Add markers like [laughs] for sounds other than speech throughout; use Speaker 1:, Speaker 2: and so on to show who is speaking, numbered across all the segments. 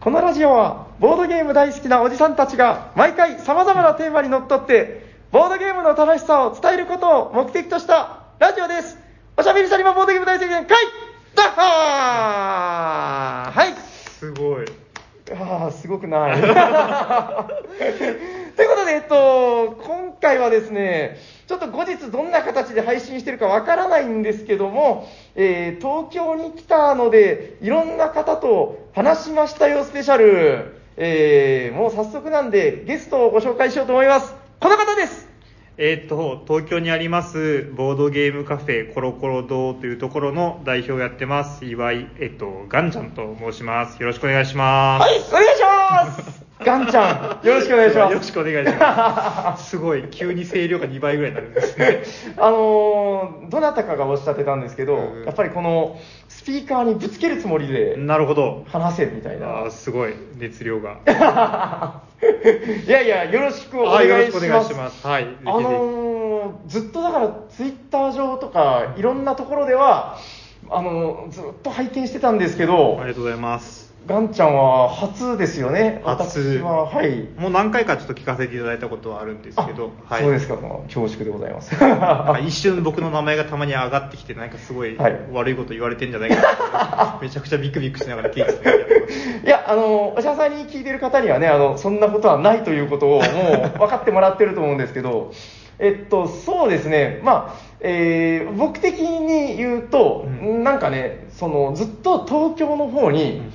Speaker 1: このラジオはボードゲーム大好きなおじさんたちが毎回様々なテーマにのっとってボードゲームの楽しさを伝えることを目的としたラジオですおしゃべりサリマンボードゲーム大好き会ダッハーはい
Speaker 2: すごい
Speaker 1: ああすごくない [laughs] ということで、えっと、今回はですねちょっと後日どんな形で配信してるかわからないんですけども、えー東京に来たのでいろんな方と話しましたよスペシャル、えーもう早速なんでゲストをご紹介しようと思いますこの方です
Speaker 2: えーっと東京にありますボードゲームカフェコロコロ堂というところの代表をやってます岩井えっとガンちゃんと申しますよろしくお願いします
Speaker 1: はいお願いしますガンちゃんよろしくお願いします
Speaker 2: よろしくお願いします。すごい、急に声量が2倍ぐらいになるんです
Speaker 1: [laughs]
Speaker 2: ね。
Speaker 1: あのーどなたかがおっしゃってたんですけど、
Speaker 2: うん
Speaker 1: やっぱりこのスピーカーにぶつけるつもりで
Speaker 2: なるほど。
Speaker 1: 話せみたい
Speaker 2: あ
Speaker 1: な
Speaker 2: ー。すごい、熱量が。
Speaker 1: [laughs] いやいや、よろし [laughs] くお願いします。
Speaker 2: あよろしくお願いしますはいぜひぜひ
Speaker 1: あのーずっとだからツイッター上とかいろんなところでは、あのーずっと拝見してたんですけど
Speaker 2: あり、がとうございます。
Speaker 1: ガンちゃんは初ですよね。私
Speaker 2: 初
Speaker 1: は、はい。
Speaker 2: もう何回かちょっと聞かせていただいたことはあるんですけど、
Speaker 1: あ
Speaker 2: はい、
Speaker 1: そうですか、もう恐縮でございます。
Speaker 2: なんか一瞬僕の名前がたまに上がってきて、なんかすごい
Speaker 1: はい
Speaker 2: 悪いこと言われてんじゃないかな
Speaker 1: [laughs]
Speaker 2: って、めちゃくちゃビクビクしながらケーキ作ってやってま
Speaker 1: い
Speaker 2: し
Speaker 1: や、あの、おしゃさんに聞いてる方にはね、あの、そんなことはないということをもう分かってもらってると思うんですけど、 [laughs] えっと、そうですね、まあ、えー僕的に言うと、
Speaker 2: うん
Speaker 1: なんかね、その、ずっと東京の方に、
Speaker 2: うんうん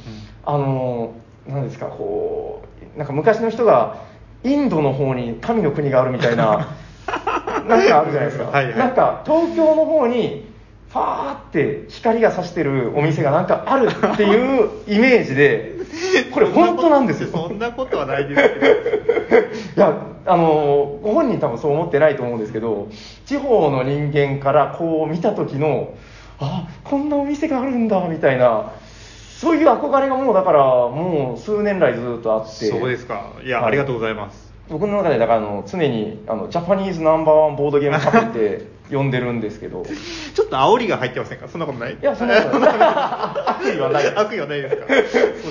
Speaker 1: あの、なんですか、こう、なんか昔の人が、インドの方に神の国があるみたいな、
Speaker 2: [laughs]
Speaker 1: [laughs] なんかあるじゃないですか。
Speaker 2: はいはい
Speaker 1: なんか、東京の方に、ファーって光が差してるお店がなんかあるって
Speaker 2: [laughs]
Speaker 1: いうイメージで、
Speaker 2: た。
Speaker 1: これ本当なんですよ。
Speaker 2: そんなことはないですけど。
Speaker 1: いや、あのーご本人多分そう思ってないと思うんですけど、地方の人間からこう見た時の、あ、こんなお店があるんだ、みたいな、そういう憧れがもうだから、もう数年来ずっとあって。
Speaker 2: そうですか。いや、
Speaker 1: はい
Speaker 2: ありがとうございます。
Speaker 1: 僕の中でだからあの常にあのジャパニーズナンバーワンボードゲームカフェって呼んでるんです
Speaker 2: [laughs]
Speaker 1: けどい
Speaker 2: ちょっと煽りが入ってませんかそんなことない
Speaker 1: やそんなことない [laughs] 悪意はない
Speaker 2: 悪意はないですかそうで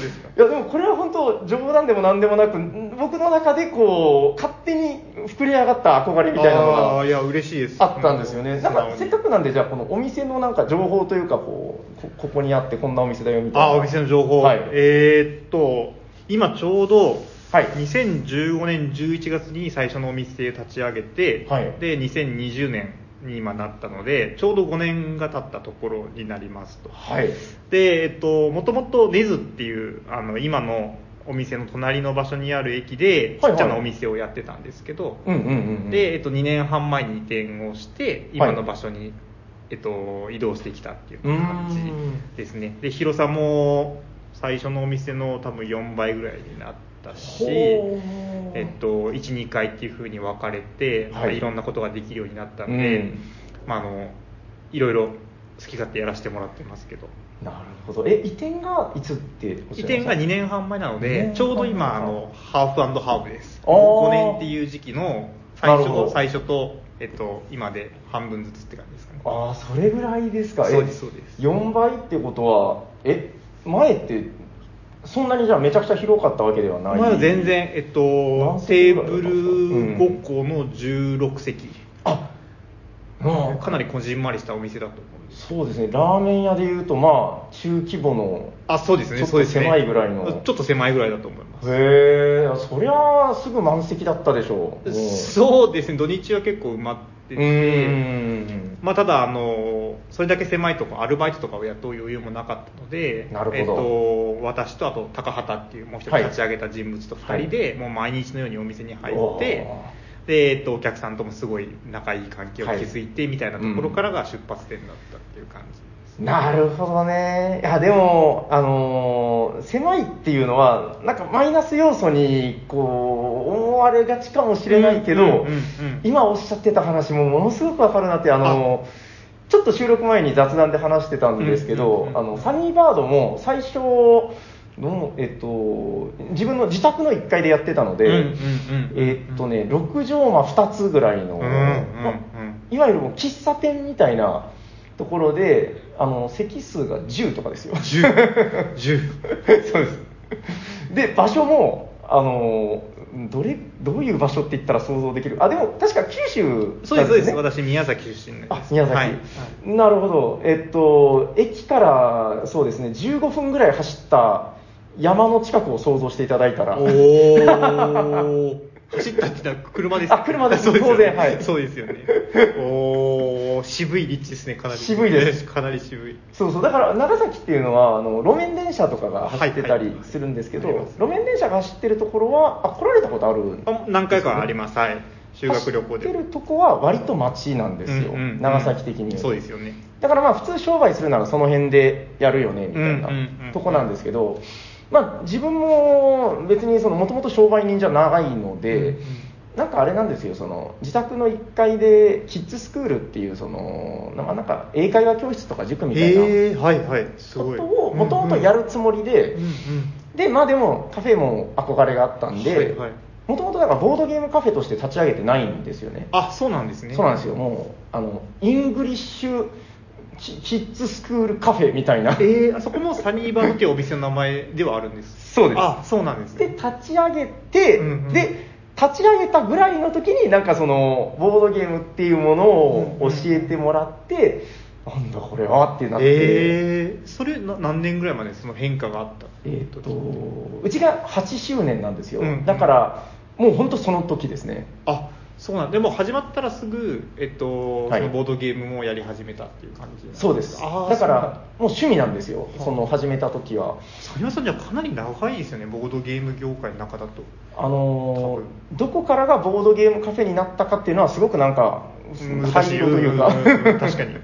Speaker 2: すか
Speaker 1: いやでもこれは本当冗談でも何でもなくん僕の中でこう勝手に膨れ上がった憧れみたいなの
Speaker 2: あ
Speaker 1: が
Speaker 2: ーいや嬉しいです
Speaker 1: あったんですよ
Speaker 2: う
Speaker 1: ね
Speaker 2: ん
Speaker 1: なん
Speaker 2: 素直
Speaker 1: か
Speaker 2: に
Speaker 1: せっかくなんでじゃあこのお店のなんか情報というかこうこここにあってこんなお店だよみたいな
Speaker 2: あお店の情報、
Speaker 1: はい
Speaker 2: えーっと今ちょうど
Speaker 1: はい
Speaker 2: 2015年11月に最初のお店立ち上げて、
Speaker 1: はい
Speaker 2: で2020年に今なったのでちょうど5年が経ったところになりますと
Speaker 1: はい
Speaker 2: でえっともともと根津っていうあの今のお店の隣の場所にある駅で
Speaker 1: はいはい
Speaker 2: ちっちゃなお店をやってたんですけど、
Speaker 1: うんうんうんうん
Speaker 2: で、えっと、2年半前に移転をして今の場所に、えっと、移動してきたっていう感
Speaker 1: うーん
Speaker 2: じですねで広さも最初のお店の多分4倍ぐらいになったし、
Speaker 1: ほう
Speaker 2: えっと、12階っていうふうに分かれて、まあ
Speaker 1: はい
Speaker 2: いろんなことができるようになったんで、
Speaker 1: うん
Speaker 2: まあ、あのいろいろ好き勝手やらせてもらってますけど
Speaker 1: なるほどえ移転がいつっておっ
Speaker 2: 移
Speaker 1: しゃい
Speaker 2: 転
Speaker 1: ました
Speaker 2: が2年半前なの
Speaker 1: 二年
Speaker 2: で
Speaker 1: 半
Speaker 2: ちょうど今あのハーフハーフです
Speaker 1: あー
Speaker 2: 5年っていう時期の最
Speaker 1: なるほど
Speaker 2: 初最初と、えっと、今で半分ずつって感じですかね
Speaker 1: ああそれぐらいですかえ
Speaker 2: そうですそうです
Speaker 1: 4倍ってことはえ前ってそんなにじゃあめちゃくちゃ広かったわけではない
Speaker 2: まだ全然、えっと、
Speaker 1: 何席
Speaker 2: テ
Speaker 1: ぐ
Speaker 2: ー
Speaker 1: らいだった
Speaker 2: ブ
Speaker 1: んですか
Speaker 2: ル5個の16席、
Speaker 1: あま
Speaker 2: か
Speaker 1: あ
Speaker 2: なりこじんまりしたお店だと思うんです
Speaker 1: そうですねラーメン屋でいうとまあ中規模の
Speaker 2: あそうです
Speaker 1: ちょ
Speaker 2: ね
Speaker 1: っと
Speaker 2: そうですね
Speaker 1: 狭いぐらいの
Speaker 2: ちょっと狭いぐらいだと思います
Speaker 1: へえそりゃあすぐ満席だったでしょう
Speaker 2: そうですね土日は結構埋まって
Speaker 1: う
Speaker 2: て
Speaker 1: ん
Speaker 2: まあ、ただあの、それだけ狭いとこ、アルバイトとかを雇う余裕もなかったので、
Speaker 1: なるほど
Speaker 2: えっと私とあと高畑っていう、もう一人
Speaker 1: はい
Speaker 2: 立ち上げた人物と2人で、もう毎日のようにお店に入
Speaker 1: お
Speaker 2: っ
Speaker 1: ー
Speaker 2: て、でえっとお客さんともすごい仲いい関係を築いてみたいなところからが出発点だったっていう感じです。
Speaker 1: なるほどね。いや、でも、あのー狭いっていうのは、なんかマイナス要素に、こう、思われがちかもしれないけど、
Speaker 2: うんうんうんうん
Speaker 1: 今おっしゃってた話もものすごくわかるなって、あのーちょっと収録前に雑談で話してたんですけど、
Speaker 2: うんうんうん
Speaker 1: あの、サニーバードも最初、のえっと、自分の自宅の1階でやってたので、
Speaker 2: うんうんうんうん
Speaker 1: えっとね、6畳間2つぐらいの、
Speaker 2: うんうん
Speaker 1: まあいわゆるもう喫茶店みたいなところであの席数が10とかですよ
Speaker 2: [laughs] 10 10
Speaker 1: そうですで、場所も、あのーどれどういう場所って言ったら想像できる、あでも確か九州なん
Speaker 2: そうです、そうです。
Speaker 1: ね
Speaker 2: 私、宮崎出身なん
Speaker 1: あ
Speaker 2: です。
Speaker 1: 宮崎、
Speaker 2: はいはい
Speaker 1: なるほど、えっと、駅からそうですね15分ぐらい走った山の近くを想像していただいたら、
Speaker 2: おお。走ったって言ったら車ですよね。
Speaker 1: あ車です
Speaker 2: [laughs] そうですよね
Speaker 1: 当然はい
Speaker 2: そうです
Speaker 1: [laughs]
Speaker 2: よね。おお、渋い立地ですね、かなり。
Speaker 1: 渋いです。
Speaker 2: かなり渋い。
Speaker 1: そうそうだから長崎っていうのはあの路面電車とかが走ってた
Speaker 2: はい
Speaker 1: り
Speaker 2: はい
Speaker 1: するんですけど、
Speaker 2: あります
Speaker 1: 路面電車が走ってるところはあ来られたことある
Speaker 2: あ何回かあります。はい。修学旅行で。
Speaker 1: 走ってるとこは割と街なんですよ、
Speaker 2: うんうんうん
Speaker 1: 長崎的に言うと
Speaker 2: そうですよね。
Speaker 1: だからまあ普通商売するならその辺でやるよねみたいな
Speaker 2: うんうんうん
Speaker 1: とこなんですけど、まあ、自分も別にもともと商売人じゃないので、
Speaker 2: うんうん
Speaker 1: なんかあれなんですよその自宅の1階でキッズスクールっていうそのななんか英会話教室とか塾みたいな
Speaker 2: ええ、はいはい。す
Speaker 1: こ
Speaker 2: ごい。
Speaker 1: とをもともとやるつもりで、
Speaker 2: うんうん。
Speaker 1: でまあでもカフェも憧れがあったん
Speaker 2: は
Speaker 1: で
Speaker 2: いはい
Speaker 1: もともとだからボードゲームカフェとして立ち上げてないんですよね
Speaker 2: あ、そうなんですね。
Speaker 1: そうなんですよ、もうあのイングリッシュキキッズスクールカフェみたいな、
Speaker 2: えー、あそこもサニーバードっていうお店の名前ではあるんです。
Speaker 1: そうです
Speaker 2: あ、そうなんです
Speaker 1: で
Speaker 2: ね。
Speaker 1: 立ち上げて、
Speaker 2: うんうん
Speaker 1: で立ち上げたぐらいの時に、なんかそのボードゲームっていうものを
Speaker 2: うんう
Speaker 1: 教
Speaker 2: ん
Speaker 1: えてもらって、なんだこれはってなって、
Speaker 2: えー、それな何年ぐらいまでその変化があった
Speaker 1: えーっとうちが8周年なんですよ、
Speaker 2: うんうん
Speaker 1: だからもう本当その時ですね。
Speaker 2: あそうなんでも始まったらすぐ、えっと
Speaker 1: はい
Speaker 2: そのボードゲームもやり始めたっていう感じなん
Speaker 1: そうです
Speaker 2: あー
Speaker 1: だか
Speaker 2: そうな
Speaker 1: ら
Speaker 2: ん
Speaker 1: もう趣味なんですよ
Speaker 2: は、あ
Speaker 1: その始めた時は。
Speaker 2: サニワさんじゃかなり長いですよねボードゲーム業界の中だと
Speaker 1: あ
Speaker 2: 多
Speaker 1: の
Speaker 2: 分
Speaker 1: ーどこからがボードゲームカフェになったかっていうのはすごくなんか
Speaker 2: 難しい
Speaker 1: というか
Speaker 2: うんうん確か [laughs] に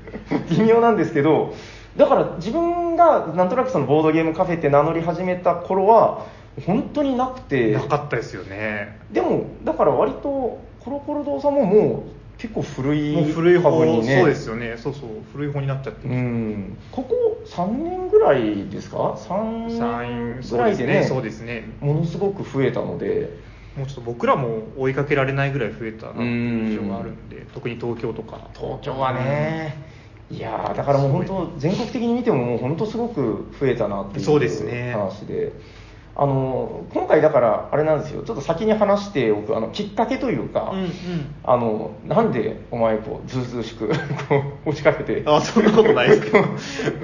Speaker 1: 微妙なんですけどだから自分がなんとなくそのボードゲームカフェって名乗り始めた頃は本当になくて
Speaker 2: なかったですよね
Speaker 1: でもだから割とコロコロ堂さんももう結構古い
Speaker 2: もう古い方
Speaker 1: 株
Speaker 2: に
Speaker 1: にね
Speaker 2: そうですよねそうそう古い方になっちゃって
Speaker 1: う
Speaker 2: る、
Speaker 1: んここ3年ぐらいですか3年
Speaker 2: サインそ
Speaker 1: ぐ
Speaker 2: う
Speaker 1: ら
Speaker 2: で
Speaker 1: い
Speaker 2: す
Speaker 1: で
Speaker 2: ね
Speaker 1: ね
Speaker 2: そうですね
Speaker 1: ものすごく増えたので
Speaker 2: もうちょっと僕らも追いかけられないぐらい増えたなっていう印象があるんで特に東京とか
Speaker 1: 東京はね、いやーだからもう本当、全国的に見ても、もう本当すごく増えたなっていう
Speaker 2: そうですね
Speaker 1: 話で、あの今回、だからあれなんですよ、ちょっと先に話しておくあのきっかけというか、
Speaker 2: うんうん
Speaker 1: あのなんでお前こう、ずうずうしく [laughs] こう押しかけて、
Speaker 2: あそんなことないです [laughs] けど、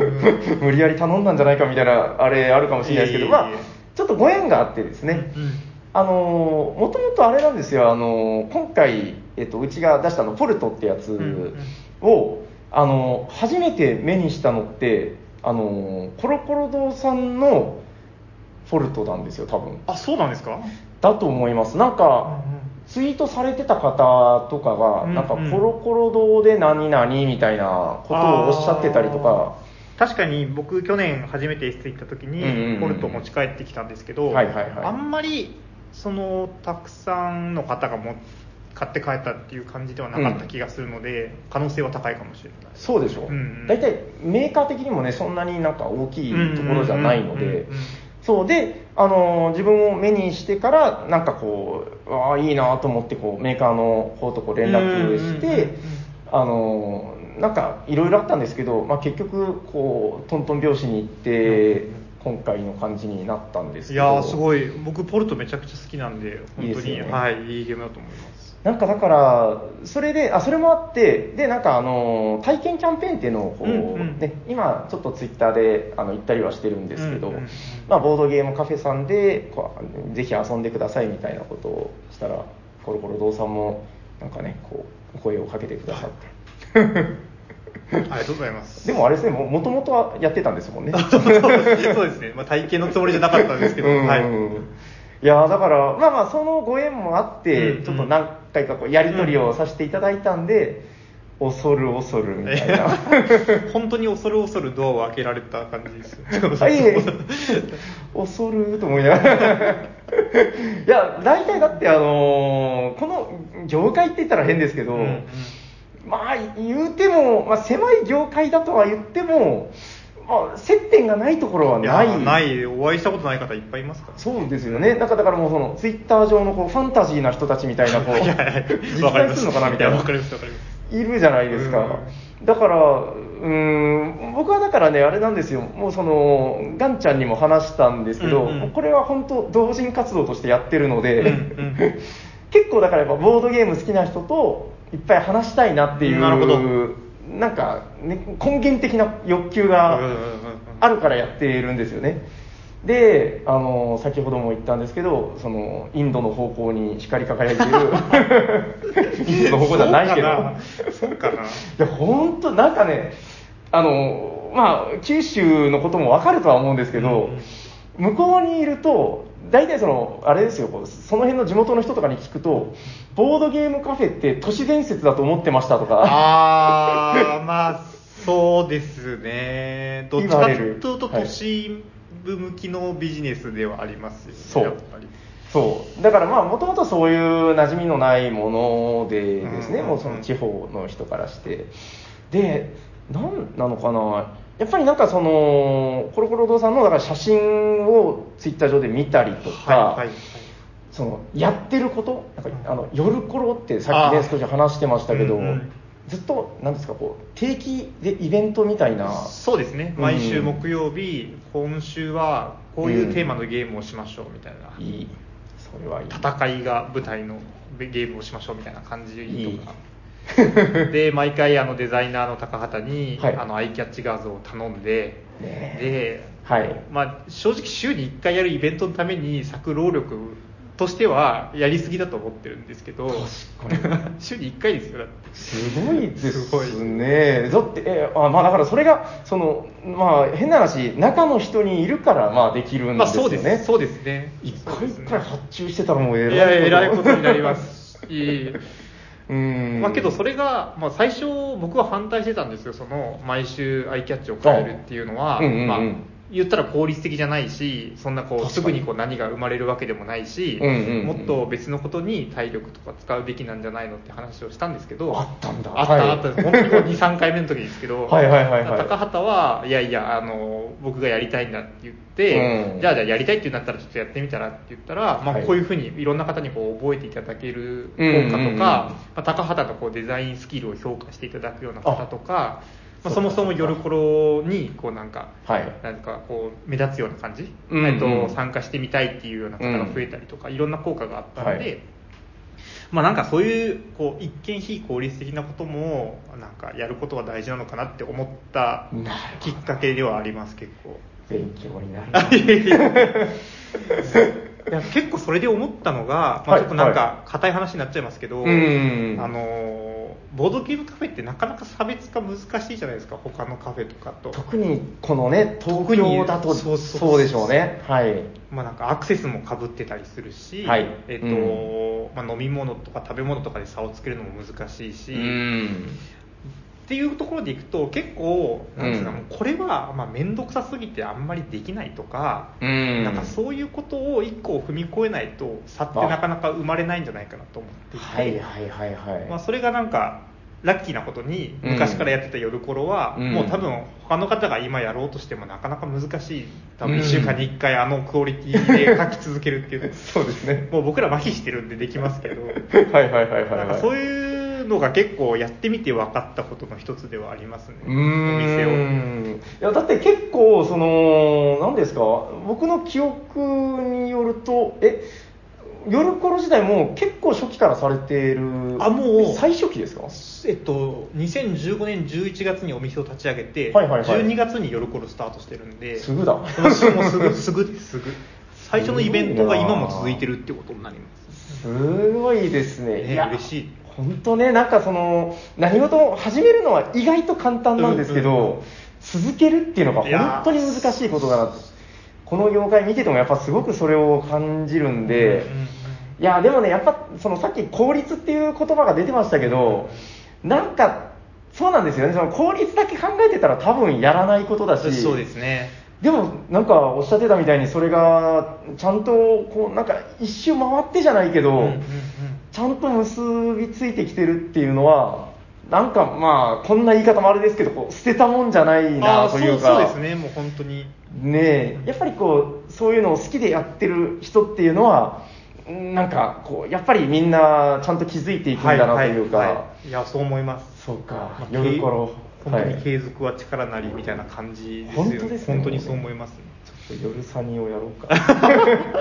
Speaker 2: うん
Speaker 1: [laughs] 無理やり頼んだんじゃないかみたいな、あれあるかもしれないですけど、
Speaker 2: いえいえいえ
Speaker 1: まあ、ちょっとご縁があってですね。
Speaker 2: うんうん
Speaker 1: あのもともとあれなんですよ、あの今回、えっと、うちが出したのポルトってやつを、あの初めて目にしたのって、あのコロコロ堂さんのポルトなんですよ、多分
Speaker 2: あそうなんですか
Speaker 1: だと思います、なんか、
Speaker 2: うんうん
Speaker 1: ツイートされてた方とかが、
Speaker 2: うんうん
Speaker 1: なんかコロコロ堂で何々みたいなことをおっしゃってたりとか、
Speaker 2: あー確かに僕去年初めてエステ行った時に
Speaker 1: うんうんうん
Speaker 2: ポルト持ち帰ってきたんですけど、
Speaker 1: はいはいはい
Speaker 2: あんまりそのたくさんの方がも買って帰ったっていう感じではなかった気がするので、可能性は高いかもしれない
Speaker 1: そうでしょ
Speaker 2: うんうん、
Speaker 1: 大体メーカー的にもね、そんなになんか大きいところじゃないの
Speaker 2: うんうんうんうん
Speaker 1: で。そうで、あのー自分を目にしてからなんかこうああいいなと思ってこうメーカーの方とこう連絡し
Speaker 2: うんうんうんうん
Speaker 1: てあのーなんかいろいろあったんですけど、まあ、結局こうトントン拍子に行って今回の感じになったんです
Speaker 2: い
Speaker 1: けど
Speaker 2: やーすごい僕ポルトめちゃくちゃ好きなんで本
Speaker 1: いい
Speaker 2: 当
Speaker 1: です
Speaker 2: に
Speaker 1: よね
Speaker 2: はいいいゲームだと思
Speaker 1: [laughs]
Speaker 2: います
Speaker 1: なんかだからそれであそれもあってでなんかあのー体験キャンペーンっていうのをこう、
Speaker 2: うんうん
Speaker 1: ね、今ちょっとツイッターであの行ったりはしてるんですけど、
Speaker 2: うんうんうん
Speaker 1: まあ、ボードゲームカフェさんでこうぜひ遊んでくださいみたいなことをしたらコロコロ堂さんもなんかねこうお声をかけてくださって。
Speaker 2: ありがとうございます
Speaker 1: でもあれですね、もともとはやってたんですもん
Speaker 2: [laughs]
Speaker 1: ね。
Speaker 2: そうですね、まあ、体験のつもりじゃなかったんですけど、
Speaker 1: うんうんうん
Speaker 2: [laughs] はい、
Speaker 1: いやーだから、まあまあ、そのご縁もあって、
Speaker 2: うんうん
Speaker 1: ちょっと何回かこうやり取りをさせていただいたんで、恐る恐るみた
Speaker 2: [laughs]
Speaker 1: いな。
Speaker 2: 本当に恐る恐るドアを開けられた感じですよ。
Speaker 1: あいえいえ恐ると思い [laughs] ながらいや大体だってあのーこの業界って言ったら変ですけど、
Speaker 2: [laughs] うんうん
Speaker 1: まあ言うても、まあ、狭い業界だとは言っても、まあ、接点がないところはない
Speaker 2: いやない、お会いしたことない方いっぱいいますから。
Speaker 1: そうですよねなんかだからもうそのツイッター上のこうファンタジーな人たちみたい
Speaker 2: [laughs]
Speaker 1: なこう実
Speaker 2: わかり
Speaker 1: 在
Speaker 2: ます
Speaker 1: るのかなみたい
Speaker 2: や
Speaker 1: な
Speaker 2: わかります、わかります。
Speaker 1: いるじゃないですか、だからうーん僕はだからね、あれなんですよ、もうその、ガンちゃんにも話したんですけど、
Speaker 2: うんうん
Speaker 1: これは本当、同人活動としてやってるので、
Speaker 2: うんうん
Speaker 1: 結構だからやっぱボードゲーム好きな人といっぱい話したいなっていう、
Speaker 2: なるほど
Speaker 1: なんか、ね、根源的な欲求が
Speaker 2: うんうんうんうん
Speaker 1: あるからやっているんですよね。であの先ほども言ったんですけどそのインドの方向に光り輝いてい [laughs] るインドの方向じゃないけど
Speaker 2: そうかなそうかない
Speaker 1: や、本当なんかね、あの、まあ、九州のこともわかるとは思うんですけど、向こうにいると、大体その、あれですよ、こうその辺の地元の人とかに聞くと、ボードゲームカフェって都市伝説だと思ってましたとか、
Speaker 2: ああ、まあ、そうですね。どっちかというと、
Speaker 1: 言われる
Speaker 2: 都市部向きのビジネスではありますよね、
Speaker 1: そう
Speaker 2: やっぱり。
Speaker 1: そう。だからまあ、もともとそういう馴染みのないものでですね、
Speaker 2: うん
Speaker 1: もうその地方の人からして。で、なんなのかな、やっぱりなんかその、コロコロ堂さんのだから写真をツイッター上で見たりとか、
Speaker 2: はいはいはい。
Speaker 1: そのやってることなんかあの夜コロって
Speaker 2: あ
Speaker 1: さっ
Speaker 2: あ
Speaker 1: きね少し話してましたけど、
Speaker 2: うんうん
Speaker 1: ずっとなんですかこう定期でイベントみたいな
Speaker 2: そうですね、
Speaker 1: うん
Speaker 2: 毎週木曜日、今週はこういうテーマのゲームをしましょうみたいな、
Speaker 1: いいそれはいい
Speaker 2: 戦いが舞台のゲームをしましょうみたいな感じと
Speaker 1: い
Speaker 2: か。
Speaker 1: い
Speaker 2: で毎回あのデザイナーの高畑に、
Speaker 1: はい
Speaker 2: あのアイキャッチ画像を頼んで、
Speaker 1: ね
Speaker 2: で、
Speaker 1: [laughs] はい
Speaker 2: まあ、正直週に1回やるイベントのために割く労力としてはやりすぎだと思ってるんですけど
Speaker 1: 確かに
Speaker 2: [laughs] 週に1回ですよだって
Speaker 1: すごいです
Speaker 2: すごい
Speaker 1: ねだってえあまあだからそれがそのまあ変な話中の人にいるからまあできるんで
Speaker 2: まあ
Speaker 1: す
Speaker 2: そ
Speaker 1: よ
Speaker 2: う
Speaker 1: ね、
Speaker 2: ですそうですね
Speaker 1: 一回一
Speaker 2: そう
Speaker 1: 回
Speaker 2: ですね
Speaker 1: 発注してたらもうえら
Speaker 2: い
Speaker 1: い
Speaker 2: やえらいことになりますし
Speaker 1: [laughs] うん
Speaker 2: まあけどそれが、まあ、最初僕は反対してたんですよその毎週アイキャッチを変えるっていうのは、
Speaker 1: うんうんうん
Speaker 2: まあ、言ったら効率的じゃないしそんなこ
Speaker 1: 確か
Speaker 2: う
Speaker 1: に
Speaker 2: すぐにこう何が生まれるわけでもないし、
Speaker 1: うんうんうん
Speaker 2: もっと別のことに体力とか使うべきなんじゃないのって話をしたんですけど
Speaker 1: あったんだ
Speaker 2: あった、
Speaker 1: はい
Speaker 2: あった本当にこう23回目の時ですけ
Speaker 1: [laughs]
Speaker 2: ど
Speaker 1: はいはいはいはい
Speaker 2: 高畑はいやいやあの僕がやりたいんだって言って、
Speaker 1: うん
Speaker 2: じゃあじゃあやりたいってなったらちょっとやってみたらって言ったら、まあ、
Speaker 1: はい
Speaker 2: こういうふうにいろんな方にこう覚えていただける効
Speaker 1: うんうんうん
Speaker 2: 果とか、まあ、高畑のこうデザインスキルを評価していただくような方とか
Speaker 1: あ
Speaker 2: まあ、そもそも
Speaker 1: そうかそ
Speaker 2: 夜
Speaker 1: うか
Speaker 2: 頃にこうなんか、
Speaker 1: はい
Speaker 2: なんかこう目立つような感じ、
Speaker 1: うんうん
Speaker 2: えっと参加してみたいっていうような方が増えたりとか、いろんな効果があったので、
Speaker 1: はい
Speaker 2: まあなんかそういうこう一見非効率的なこともなんかやることは大事なのかなって思った
Speaker 1: なるほど
Speaker 2: きっかけではあります結構。
Speaker 1: 勉強になります
Speaker 2: いや結構それで思ったのが、
Speaker 1: は
Speaker 2: まあ、
Speaker 1: い
Speaker 2: ちょっとなん
Speaker 1: は
Speaker 2: か硬い話になっちゃいますけど、
Speaker 1: うん
Speaker 2: あのボードゲームカフェってなかなか差別化難しいじゃないですか他のカフェとかと、
Speaker 1: 特にこのね東京だと
Speaker 2: 特にそうそう
Speaker 1: そうでしょうねはい
Speaker 2: まあ、なんかアクセスもかぶってたりするし、
Speaker 1: はい
Speaker 2: えっとまあ、飲み物とか食べ物とかで差をつけるのも難しいし、っていうところでいくと結構なんですか、
Speaker 1: うん
Speaker 2: もうこれはまあ面倒くさすぎてあんまりできないとか、
Speaker 1: うん
Speaker 2: なんかそういうことを一個踏み越えないと差ってなかなか生まれないんじゃないかなと思っていて、
Speaker 1: はいはいはいはい、
Speaker 2: まあ、それがなんかラッキーなことに
Speaker 1: うん
Speaker 2: 昔からやってた夜頃は、
Speaker 1: うん
Speaker 2: もう多分他の方が今やろうとしてもなかなか難しい多
Speaker 1: う
Speaker 2: 分
Speaker 1: ん
Speaker 2: 1週間に1回あのクオリティで書き続けるっていう
Speaker 1: そうですね
Speaker 2: もう僕ら麻痺してるんでできますけど
Speaker 1: [laughs] はいはいはいはい
Speaker 2: なんかそういうのが結構やってみて分かったことの一つではありますね
Speaker 1: うー
Speaker 2: お店を。
Speaker 1: んいやだって結構その何ですか僕の記憶によるとえ夜頃時代もう結構初期からされている
Speaker 2: あもう
Speaker 1: 最初期ですか
Speaker 2: えっと、2015年11月にお店を立ち上げて、
Speaker 1: はいはいはい
Speaker 2: 12月に夜頃スタートしてるんです
Speaker 1: ぐだ
Speaker 2: もうすもうすぐすぐですすぐ最初のイベントが今も続いてるってことになります
Speaker 1: すごいですね。
Speaker 2: ね
Speaker 1: いや
Speaker 2: 嬉しい
Speaker 1: 本当ね、なんかその、何事も始めるのは意外と簡単なんですけど、
Speaker 2: うんうん
Speaker 1: 続けるっていうのが
Speaker 2: いやー
Speaker 1: 本当に難しいことだなと。この業界見ててもやっぱすごくそれを感じるんで、
Speaker 2: うんうんうん
Speaker 1: いやーでもね、やっぱそのさっき効率っていう言葉が出てましたけど、なんかそうなんですよね、その効率だけ考えてたら多分やらないことだし、
Speaker 2: そうですね
Speaker 1: でもなんかおっしゃってたみたいにそれがちゃんとこうなんか一周回ってじゃないけど、
Speaker 2: うんうんうん
Speaker 1: ちゃんと結びついてきてるっていうのはなんかまあこんな言い方もあれですけどこう捨てたもんじゃない
Speaker 2: あ
Speaker 1: な
Speaker 2: ーそ
Speaker 1: と
Speaker 2: う
Speaker 1: いう
Speaker 2: そう
Speaker 1: か
Speaker 2: ですねもう本当に
Speaker 1: ねえやっぱりこうそういうのを好きでやってる人っていうのはうんなんかこうやっぱりみんなちゃんと気づいていくんだなというか、
Speaker 2: はいはいはいいやそう思います
Speaker 1: そうか
Speaker 2: まあ
Speaker 1: 夜頃
Speaker 2: 経本当
Speaker 1: は
Speaker 2: に
Speaker 1: い
Speaker 2: 継続は力なりみたいな感じですよ、
Speaker 1: 本当ですね
Speaker 2: 本当にそう思いますね
Speaker 1: ちょっと夜サニーをやろうか。 [laughs]
Speaker 2: ぜひぜひぜ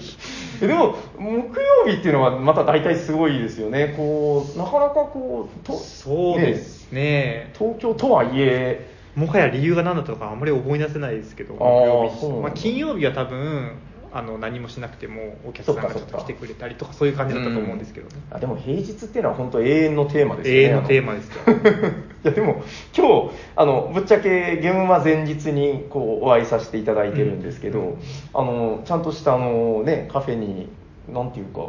Speaker 2: ひぜひ
Speaker 1: えでも、木曜日っていうのはまた大体すごいですよね。こう、なかなかこう、と
Speaker 2: そうですね
Speaker 1: ね東京とはいえ、
Speaker 2: もはや理由が何だったのかあんまり思い出せないですけど
Speaker 1: あー
Speaker 2: 木曜日
Speaker 1: そうなんだ
Speaker 2: まあ、金曜日は多分あの何もしなくてもお客さんがち
Speaker 1: そ
Speaker 2: ょ
Speaker 1: っか
Speaker 2: っ
Speaker 1: そっ
Speaker 2: と
Speaker 1: か
Speaker 2: 来てくれたりとかそういう感じだったと思うんですけどね、
Speaker 1: あでも平日っていうのは本当永遠のテーマですよね。
Speaker 2: 永遠のテーマですか
Speaker 1: あ
Speaker 2: ら
Speaker 1: の [laughs] いやでも今日あのぶっちゃけゲームは前日にこうお会いさせていただいてるんですけど、
Speaker 2: うん
Speaker 1: あのちゃんとしたあのねカフェになんていうか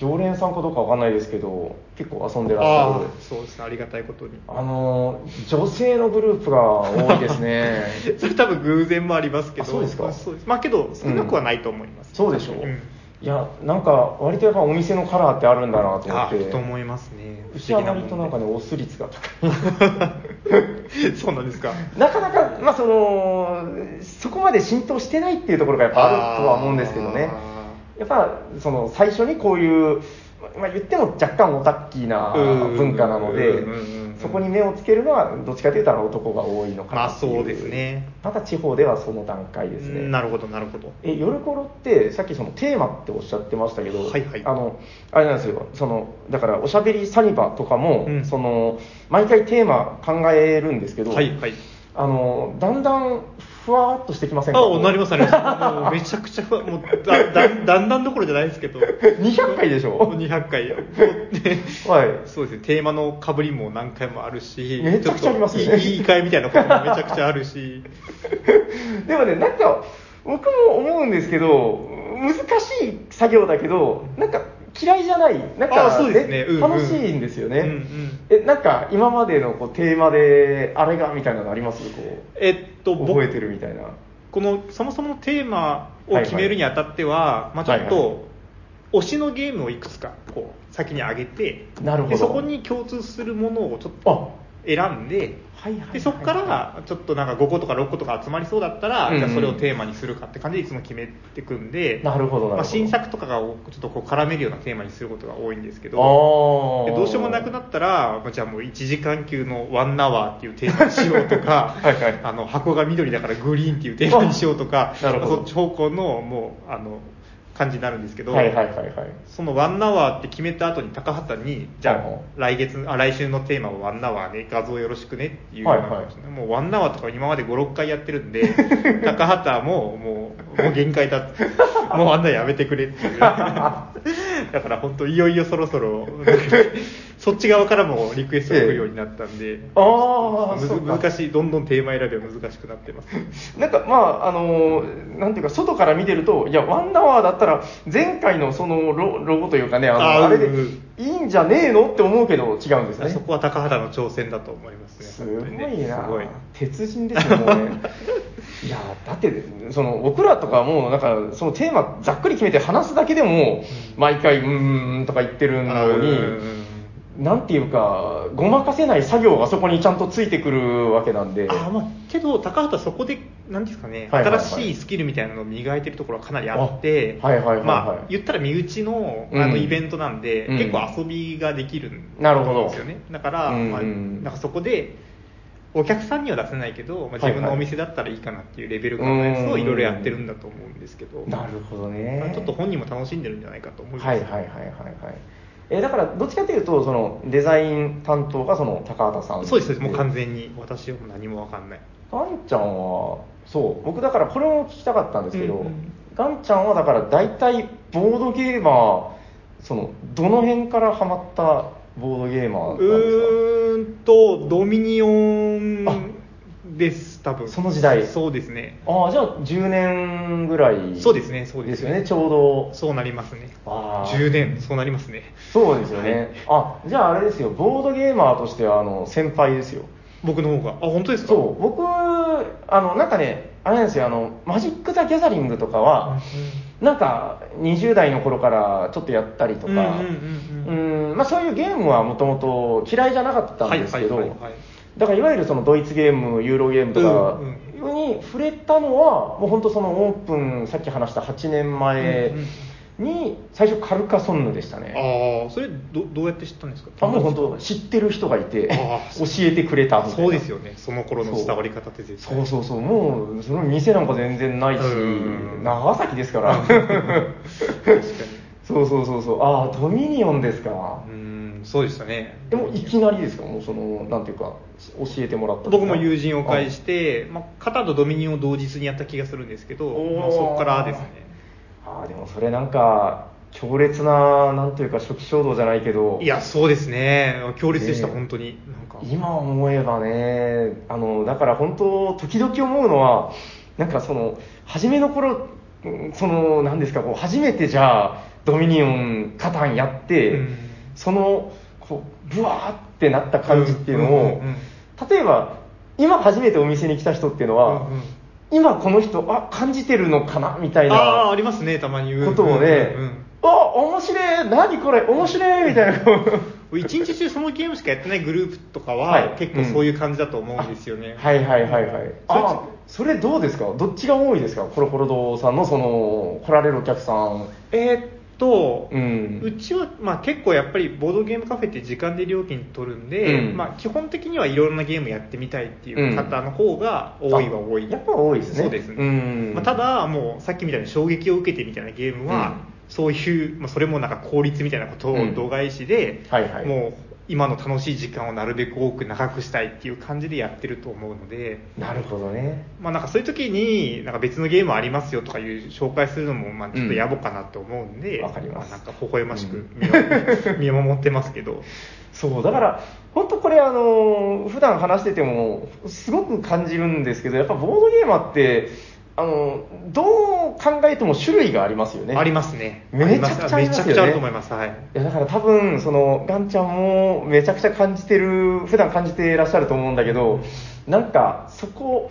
Speaker 1: 常連さんかどうかわかんないですけど結構遊んでらっしゃ
Speaker 2: あ
Speaker 1: る
Speaker 2: あそうですねありがたいことに [laughs]
Speaker 1: あの女性のグループが多いです
Speaker 2: [laughs]
Speaker 1: ね
Speaker 2: それ多分偶然もありますけど
Speaker 1: あそうですか
Speaker 2: そうですまあけど少なくはないと思います、
Speaker 1: そうでしょう、
Speaker 2: うん
Speaker 1: いやなんか割とやっぱお店のカラーってあるんだなと思っ
Speaker 2: あ
Speaker 1: て
Speaker 2: あと思いますね
Speaker 1: うちは割となんかね
Speaker 2: 不
Speaker 1: オス率が高い
Speaker 2: 思議なもんで [laughs] そうなんですか
Speaker 1: なかなか、まあ、そのそこまで浸透してないっていうところがやっぱあるとは思うんですけどね
Speaker 2: あ
Speaker 1: やっぱその最初にこういう、まあ、言っても若干オタッキーな
Speaker 2: うん
Speaker 1: 文化なの
Speaker 2: う
Speaker 1: で
Speaker 2: んうんうん
Speaker 1: そこに目をつけるのはどっちかというと男が多いのかなってい
Speaker 2: まあそうですね
Speaker 1: まだ地方ではその段階ですね
Speaker 2: なるほどなるほど
Speaker 1: え夜コロってさっきそのテーマっておっしゃってましたけど、
Speaker 2: はいはい
Speaker 1: あのあれなんですよそのだから「おしゃべりサニバ」とかも、
Speaker 2: うん
Speaker 1: その毎回テーマ考えるんですけど、
Speaker 2: はいはい
Speaker 1: あのだんだんふわーっとしてきませんか
Speaker 2: あなりますなりますもうめちゃくちゃ不安もうだだんだ [laughs] んだんどころじゃないですけど
Speaker 1: 200回でしょ
Speaker 2: もう200回 [laughs] もうね
Speaker 1: はい [laughs]
Speaker 2: そうですねテーマの被りも何回もあるし
Speaker 1: めちゃくちゃありますね
Speaker 2: ょっといいい会みたいなこともめちゃくちゃあるし
Speaker 1: でもねなんか僕も思うんですけど難しい作業だけどなんか嫌いじゃないなん
Speaker 2: あ
Speaker 1: か、
Speaker 2: そうですねうんうん
Speaker 1: 楽しいんですよね、
Speaker 2: うんうん
Speaker 1: えなんか今までのこうテーマであれがみたいなのありますこう
Speaker 2: えっと僕
Speaker 1: 覚えてるみたいな
Speaker 2: このそもそものテーマを決めるにあたっては、
Speaker 1: いはい
Speaker 2: まあ、ちょっと、
Speaker 1: はいはい
Speaker 2: 推しのゲームをいくつかこう先に上げて
Speaker 1: なるほど
Speaker 2: でそこに共通するものをちょっ
Speaker 1: あ
Speaker 2: と選んで
Speaker 1: はいはいはいはい
Speaker 2: でそこからちょっとなんか5個とか6個とか集まりそうだった
Speaker 1: う
Speaker 2: ら、
Speaker 1: んうん
Speaker 2: じゃあそれをテーマにするかって感じでいつも決めていくんで
Speaker 1: なるほどなるほど
Speaker 2: まあ、新作とかがおちょっとこう絡めるようなテーマにすることが多いんですけど
Speaker 1: あー
Speaker 2: でどうしようもなくなったら、まあじゃあもう1時間級のワンナワーっていうテーマにしようとか
Speaker 1: はいはい
Speaker 2: あの箱が緑だからグリーンっていうテーマにしようとか
Speaker 1: あなるほど
Speaker 2: そっち方向のもうあの感じになるんですけど、
Speaker 1: はいはいはいはい
Speaker 2: そのワンナワーって決めた後に高畑さんにじゃ
Speaker 1: うんうん
Speaker 2: あ来月あ来週のテーマはワンナワーね画像よろしくねっていうような
Speaker 1: はいはい
Speaker 2: 感じでもうワンナワーとか今まで56回やってる
Speaker 1: [laughs]
Speaker 2: んで高畑ももうもう限界だってもうあんなやめてくれっていう
Speaker 1: [laughs]
Speaker 2: だから本当いよいよそろそろ [laughs] なんかそっち側からもリクエストが来るようになったんで。
Speaker 1: ああ
Speaker 2: むず難しいどんどんテーマ選びは難しくなってます
Speaker 1: なんかまああのーなんていうか外から見てるといやワンダワーだったら前回のそのロロゴというかねあの
Speaker 2: あ
Speaker 1: あ
Speaker 2: ー
Speaker 1: れで
Speaker 2: うんうん
Speaker 1: いいんじゃねえのって思うけど違うんです
Speaker 2: だから
Speaker 1: ね
Speaker 2: そこは高畑の挑戦だと思いますね
Speaker 1: すご
Speaker 2: 本当
Speaker 1: い
Speaker 2: にね
Speaker 1: な
Speaker 2: すごい
Speaker 1: 鉄人ですよも
Speaker 2: [laughs]
Speaker 1: うねいやだってその僕らとかもうなんかそのテーマざっくり決めて話すだけでも毎回うーんとか言ってるのに
Speaker 2: うんうんうん
Speaker 1: なんていうかごまかせない作業がそこにちゃんとついてくるわけなんで
Speaker 2: あーまあ、けど高畑はそこでなんていうんですかね、
Speaker 1: はいはいはい
Speaker 2: 新しいスキルみたいなのを磨いてるところはかなりあって
Speaker 1: あはいはいはいはい
Speaker 2: まあ言ったら身内のあ
Speaker 1: う
Speaker 2: の
Speaker 1: ん
Speaker 2: イベントなんで、
Speaker 1: うん
Speaker 2: 結構遊びができるん
Speaker 1: なるほど
Speaker 2: ですよねだから、
Speaker 1: うん
Speaker 2: まあ、
Speaker 1: うん
Speaker 2: なんかそこでお客さんには出せないけど、まあ、自分のお店だったらいいかなっていうレベル感のやつをいろいろやってるんだと思うんですけど、
Speaker 1: なるほど
Speaker 2: まあ
Speaker 1: ね
Speaker 2: ちょっと本人も楽しんでるんじゃないかと思います、
Speaker 1: はいはいはいはいはいえーだからどっちかというとそのデザイン担当がその高畑さん
Speaker 2: そうですそうですもう完全に私はもう何もわかんない
Speaker 1: ガンちゃんはそう僕だからこれも聞きたかったんですけど、
Speaker 2: うんうん
Speaker 1: ガンちゃんはだから大体ボードゲーマーそのどの辺からハマったボードゲーマーなん
Speaker 2: う
Speaker 1: です
Speaker 2: ーんとドミニオンです多分
Speaker 1: その時代
Speaker 2: そうですね
Speaker 1: かああじゃあ10年ぐらい
Speaker 2: そうですねそうですね
Speaker 1: よねちょうど
Speaker 2: そうなりますね
Speaker 1: あー
Speaker 2: 10年そうなりますね
Speaker 1: そうですよね、あじゃああれですよボードゲーマーとしてはあの先輩ですよ
Speaker 2: 僕の方があ本当ですか
Speaker 1: そう僕あのなんかねあれなんですよあのマジック・ザ・ギャザリングとかは、なんか20代の頃からちょっとやったりとか、
Speaker 2: うんうんうん
Speaker 1: うんまあ、そういうゲームはもともと嫌いじゃなかったんですけど、
Speaker 2: はいはいはいはい
Speaker 1: だからいわゆるそのドイツゲーム、ユーロゲームとか
Speaker 2: う
Speaker 1: に触れたのは、もう本当、そのオープン、さっき話した8年前
Speaker 2: うんうん
Speaker 1: に最初カルカソンヌでしたね
Speaker 2: ああそれどどうやって知ったんですか
Speaker 1: あもう本当知ってる人がいて
Speaker 2: あ
Speaker 1: 教えてくれたみたいな
Speaker 2: そうですよねその頃の伝わり方って絶対
Speaker 1: そうそうそうもうその店なんか全然ないし
Speaker 2: うん
Speaker 1: 長崎ですから [laughs] そうそうそうそうああドミニオンですか
Speaker 2: うーんそうでしたね
Speaker 1: でもいきなりですかもうそのなんていうか教えてもらった
Speaker 2: 僕も友人を介して、まあ、肩とドミニオンを同日にやった気がするんですけど、
Speaker 1: おー
Speaker 2: まあ、そこからですね
Speaker 1: ああでもそれなんか強烈ななんというか初期衝動じゃないけど
Speaker 2: いやそうですね強烈でした、
Speaker 1: ね
Speaker 2: 本当になんか
Speaker 1: 今思えばねあのだから本当時々思うのはなんかその初めの頃うんその何ですかこう初めてじゃあドミニオンカタンやって、
Speaker 2: うん
Speaker 1: そのこうブワーってなった感じっていうのを、
Speaker 2: うんうんうん
Speaker 1: 例えば今初めてお店に来た人っていうのは、
Speaker 2: うんうん
Speaker 1: 今この人あ感じてるのかなみたい
Speaker 2: ああー
Speaker 1: な
Speaker 2: ありますねたまにうん
Speaker 1: ことをね、
Speaker 2: うんうん
Speaker 1: あ面白い何これ面白いみたいなこう
Speaker 2: 一日中そのゲームしかやってないグループとかは、
Speaker 1: はい
Speaker 2: 結構そういう感じだと思うんですよね、
Speaker 1: はいはいはいはい。あ
Speaker 2: そ、
Speaker 1: それどうですかどっちが多いですかコロコロ堂さんのその、来られるお客さん。
Speaker 2: えーっと、
Speaker 1: う
Speaker 2: うんちは、まあ、結構やっぱりボードゲームカフェって時間で料金取るんで、
Speaker 1: うん
Speaker 2: まあ、基本的にはいろんなゲームやってみたいっていう方の方が多いは多い、
Speaker 1: あやっぱ多いですね。
Speaker 2: そうですね、
Speaker 1: うん。
Speaker 2: まあ、た、だもうさっきみたいに衝撃を受けてみたいなゲームは、
Speaker 1: うん
Speaker 2: そういう、まあ、それもなんか効率みたいなこと
Speaker 1: うん
Speaker 2: を度外視で、
Speaker 1: はいはい
Speaker 2: もう今の楽しい時間をなるべく多く長くしたいっていう感じでやってると思うので、
Speaker 1: なるほどね。
Speaker 2: まあ、なんかそういう時になんか別のゲームありますよとかいう紹介するのもまあちょっと野暮かなと思うんで、
Speaker 1: うんわかります
Speaker 2: あなんか微笑ましく見守 [laughs] 見守ってますけど
Speaker 1: そう、だから、本当これあの、普段話してても、すごく感じるんですけど、やっぱボードゲーマーって、あの、どう考えても種類がありますよね。
Speaker 2: ありますね
Speaker 1: めちゃくちゃあり
Speaker 2: め
Speaker 1: ま
Speaker 2: ち
Speaker 1: すよ
Speaker 2: ゃ
Speaker 1: ね
Speaker 2: くちゃあると思いますはい
Speaker 1: いやだから多分そのガンちゃんもめちゃくちゃ感じてる普段感じてらっしゃると思うんだけどなんかそこ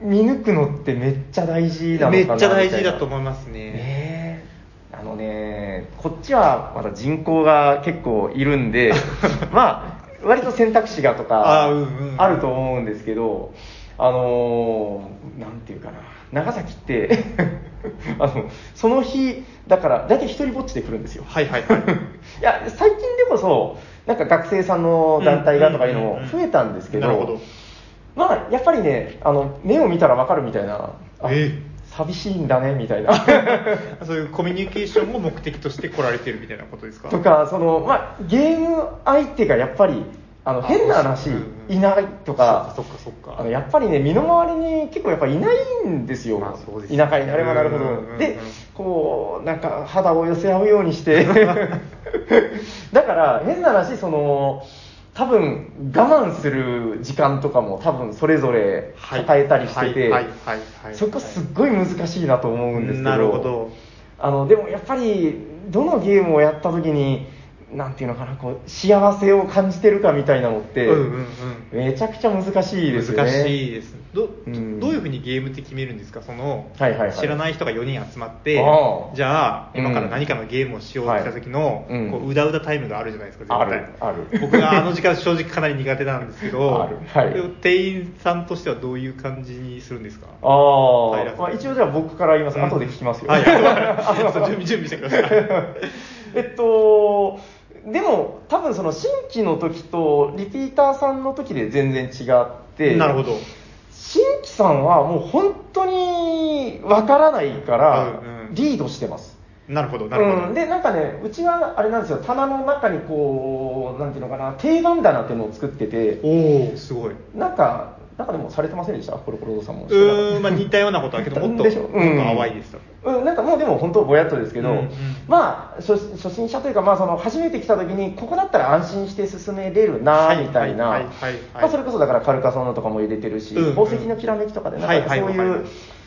Speaker 1: 見抜くのってめっちゃ大事なのかな
Speaker 2: め
Speaker 1: み
Speaker 2: った
Speaker 1: いな
Speaker 2: ちゃ大事だと思いますね
Speaker 1: ねえあのねこっちはまだ人口が結構いるんで
Speaker 2: [laughs]
Speaker 1: まあ割と選択肢がとか
Speaker 2: あーうんうん
Speaker 1: あると思うんですけどあのーなんていうかな長崎って [laughs] あのその日だから大体一人ぼっちで来るんですよ
Speaker 2: はいはいはい
Speaker 1: いや最近でこそなんか学生さんの団体がとかいうのも増えたんですけど,、
Speaker 2: うんうんうんうんなるほど
Speaker 1: まあやっぱりねあの目を見たらわかるみたいな、あ
Speaker 2: ええ
Speaker 1: 寂しいんだねみたい [laughs] な
Speaker 2: そういうコミュニケーションを目的として来られてるみたいなことですか
Speaker 1: とかその、まあ、ゲーム相手がやっぱりあの
Speaker 2: あ
Speaker 1: 変な話
Speaker 2: うんうん
Speaker 1: いないとか
Speaker 2: そっかそっかそっか
Speaker 1: あのやっぱりね身の回りに結構やっぱいないんですよ、
Speaker 2: まあそうですね
Speaker 1: 田舎になればなるほど、
Speaker 2: うんうんうん
Speaker 1: でこうなんか肌を寄せ合うようにして [laughs] だから変な話その多分我慢する時間とかも多分それぞれ
Speaker 2: はい
Speaker 1: 抱えたりしてて、
Speaker 2: はいはいはいはい
Speaker 1: そこすっごい難しいなと思うんですけど
Speaker 2: なるほど
Speaker 1: あのでもやっぱりどのゲームをやった時になんていうのかなこう幸せを感じてるかみたいなのって、
Speaker 2: うんうんうん
Speaker 1: めちゃくちゃ難しいですよね
Speaker 2: 難しいですど,、
Speaker 1: うん
Speaker 2: どういうふうにゲームって決めるんですかその、
Speaker 1: はいはいはい
Speaker 2: 知らない人が4人集まっ
Speaker 1: あ
Speaker 2: て
Speaker 1: あ
Speaker 2: じゃあ
Speaker 1: うん
Speaker 2: 今から何かのゲームをしようってした時の、
Speaker 1: はいうん
Speaker 2: こううだうだタイムがあるじゃないですか
Speaker 1: あ
Speaker 2: 絶対
Speaker 1: るある
Speaker 2: 僕があの時間正直かなり苦手なんですけ
Speaker 1: あ
Speaker 2: ど
Speaker 1: るはい
Speaker 2: でも店員さんとしてはどういう感じにするんですか
Speaker 1: あー、
Speaker 2: 平さん
Speaker 1: まあ、一応じゃあ僕から言います、後で聞きますよ、
Speaker 2: は
Speaker 1: [laughs]
Speaker 2: いはいそう準備準備してください
Speaker 1: えっとでも多分その新規の時とリピーターさんの時で全然違って
Speaker 2: なるほど
Speaker 1: 新規さんはもう本当にわからないから
Speaker 2: うんうん
Speaker 1: リードしてます、
Speaker 2: なるほどなるほど、
Speaker 1: うん、でなんかねうちはあれなんですよ棚の中にこうなんていうのかな定番棚っていうのを作ってて
Speaker 2: おおすごい
Speaker 1: なんかなんかでもされてませんでしたコロコロ堂さんも
Speaker 2: うーん、まあ、似たようなことだけどもっと
Speaker 1: でしょ
Speaker 2: もっと
Speaker 1: うん
Speaker 2: 淡いですと
Speaker 1: うん、なんかもうでも本当ぼやっとですけど、
Speaker 2: うんうん
Speaker 1: まあ初初心者というか、まあ、その初めて来た時にここだったら安心して進めれるな
Speaker 2: はい
Speaker 1: みたい
Speaker 2: は
Speaker 1: ない
Speaker 2: はいはいはい
Speaker 1: まあそれこそだからカルカソンヌとかも入れてるし、
Speaker 2: うんうん
Speaker 1: 宝石のきらめきとかでなんか
Speaker 2: はい
Speaker 1: そう、
Speaker 2: はいいうはい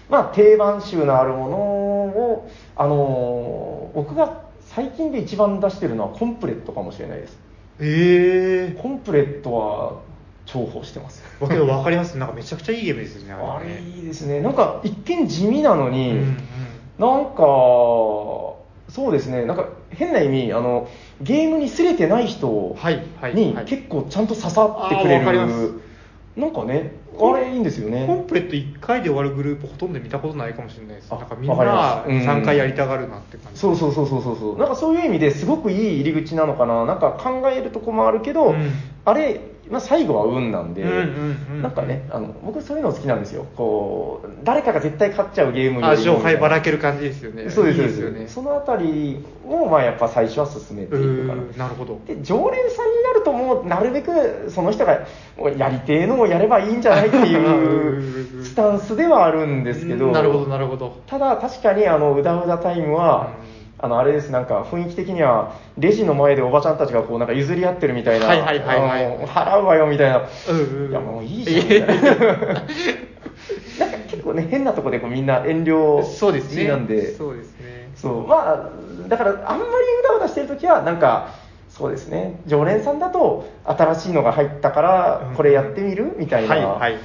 Speaker 1: まあ、定番集のあるものを、あのー僕が最近で一番出してるのはコンプレットかもしれないです
Speaker 2: ええ
Speaker 1: コンプレットは重宝してます
Speaker 2: わけど分かりますなんかめちゃくちゃいいゲームですよね
Speaker 1: あ
Speaker 2: あれ
Speaker 1: れ
Speaker 2: ね
Speaker 1: いいですねなんか一見地味なのに、
Speaker 2: うんうん
Speaker 1: なんかそうですねなんか変な意味あのゲームにすれてない人に、
Speaker 2: はいはいはい
Speaker 1: 結構ちゃんと刺さってくれ
Speaker 2: あーわかりま
Speaker 1: る
Speaker 2: す
Speaker 1: なんかね、あれいいんですよ
Speaker 2: コン
Speaker 1: ね。
Speaker 2: プレット1回で終わるグループほとんど見たことないかもしれないです
Speaker 1: あ
Speaker 2: なんかみんな
Speaker 1: わかりますうん
Speaker 2: 3回やりたがるなって感じ
Speaker 1: そうそうそうそうそうそう。なんかそういう意味ですごくいい入り口なのかな。なんか考えるとこもあるけど、
Speaker 2: うん
Speaker 1: あれ、まあ、最後は運なんで、
Speaker 2: うんうんうん
Speaker 1: なんかね、あの僕そういうの好きなんですよ。こう誰かが絶対勝っちゃうゲーム
Speaker 2: あ勝敗ばら
Speaker 1: け
Speaker 2: ける感じですよね
Speaker 1: そうです
Speaker 2: いい
Speaker 1: そう
Speaker 2: よ
Speaker 1: で
Speaker 2: ね
Speaker 1: す。そのあたりをまあやっぱ最初は進めて
Speaker 2: う
Speaker 1: いくから。
Speaker 2: ーなるほど
Speaker 1: で常連さんになるともうなるべくその人がやりてえのをやればいいんじゃないっていうスタンスではあるんですけど
Speaker 2: うんなるほどなるほど
Speaker 1: ただ確かにあのうだうだタイムは、あのあれですなんか雰囲気的にはレジの前でおばちゃんたちがこうなんか譲り合ってるみたいな、
Speaker 2: はいはいはいはい
Speaker 1: あの払うわよみたいな、
Speaker 2: うんうん
Speaker 1: いやもういいじゃんみたいななんか結構ね変なとこでこうみんな遠慮
Speaker 2: [laughs] そうですね
Speaker 1: なんで
Speaker 2: そうですね
Speaker 1: そうまあだからあんまりうだうだしてるときはなんかそうですね常連さんだと新しいのが入ったから
Speaker 2: うん
Speaker 1: これやってみるみたい
Speaker 2: はいはい
Speaker 1: な
Speaker 2: はいはい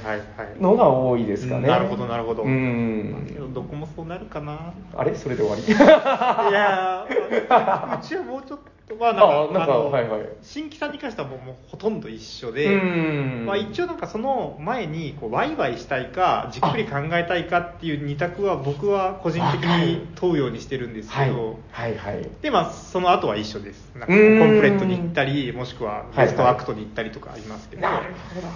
Speaker 1: のが多いですかね
Speaker 2: なるほどなるほど
Speaker 1: うん
Speaker 2: どこもそうなるかな
Speaker 1: あれそれで終わり
Speaker 2: いやーうちはもうちょっとまあ
Speaker 1: あ
Speaker 2: なん
Speaker 1: なん
Speaker 2: か
Speaker 1: か
Speaker 2: あの
Speaker 1: はいはい
Speaker 2: 新規さんに関してはもうもうほとんど一緒
Speaker 1: う
Speaker 2: [laughs] で
Speaker 1: ん
Speaker 2: まあ、一応なんかその前にこうワイワイしたいかじっくり考えたいかっていう二択は僕は個人的に問うようにしてるんです
Speaker 1: は
Speaker 2: け
Speaker 1: い
Speaker 2: ど、
Speaker 1: はいはい
Speaker 2: でまあその後は一緒ですなんかコン
Speaker 1: うーん
Speaker 2: プレットに行ったりもしくはベストアクトに行ったりとかありますけど、
Speaker 1: なるほどあ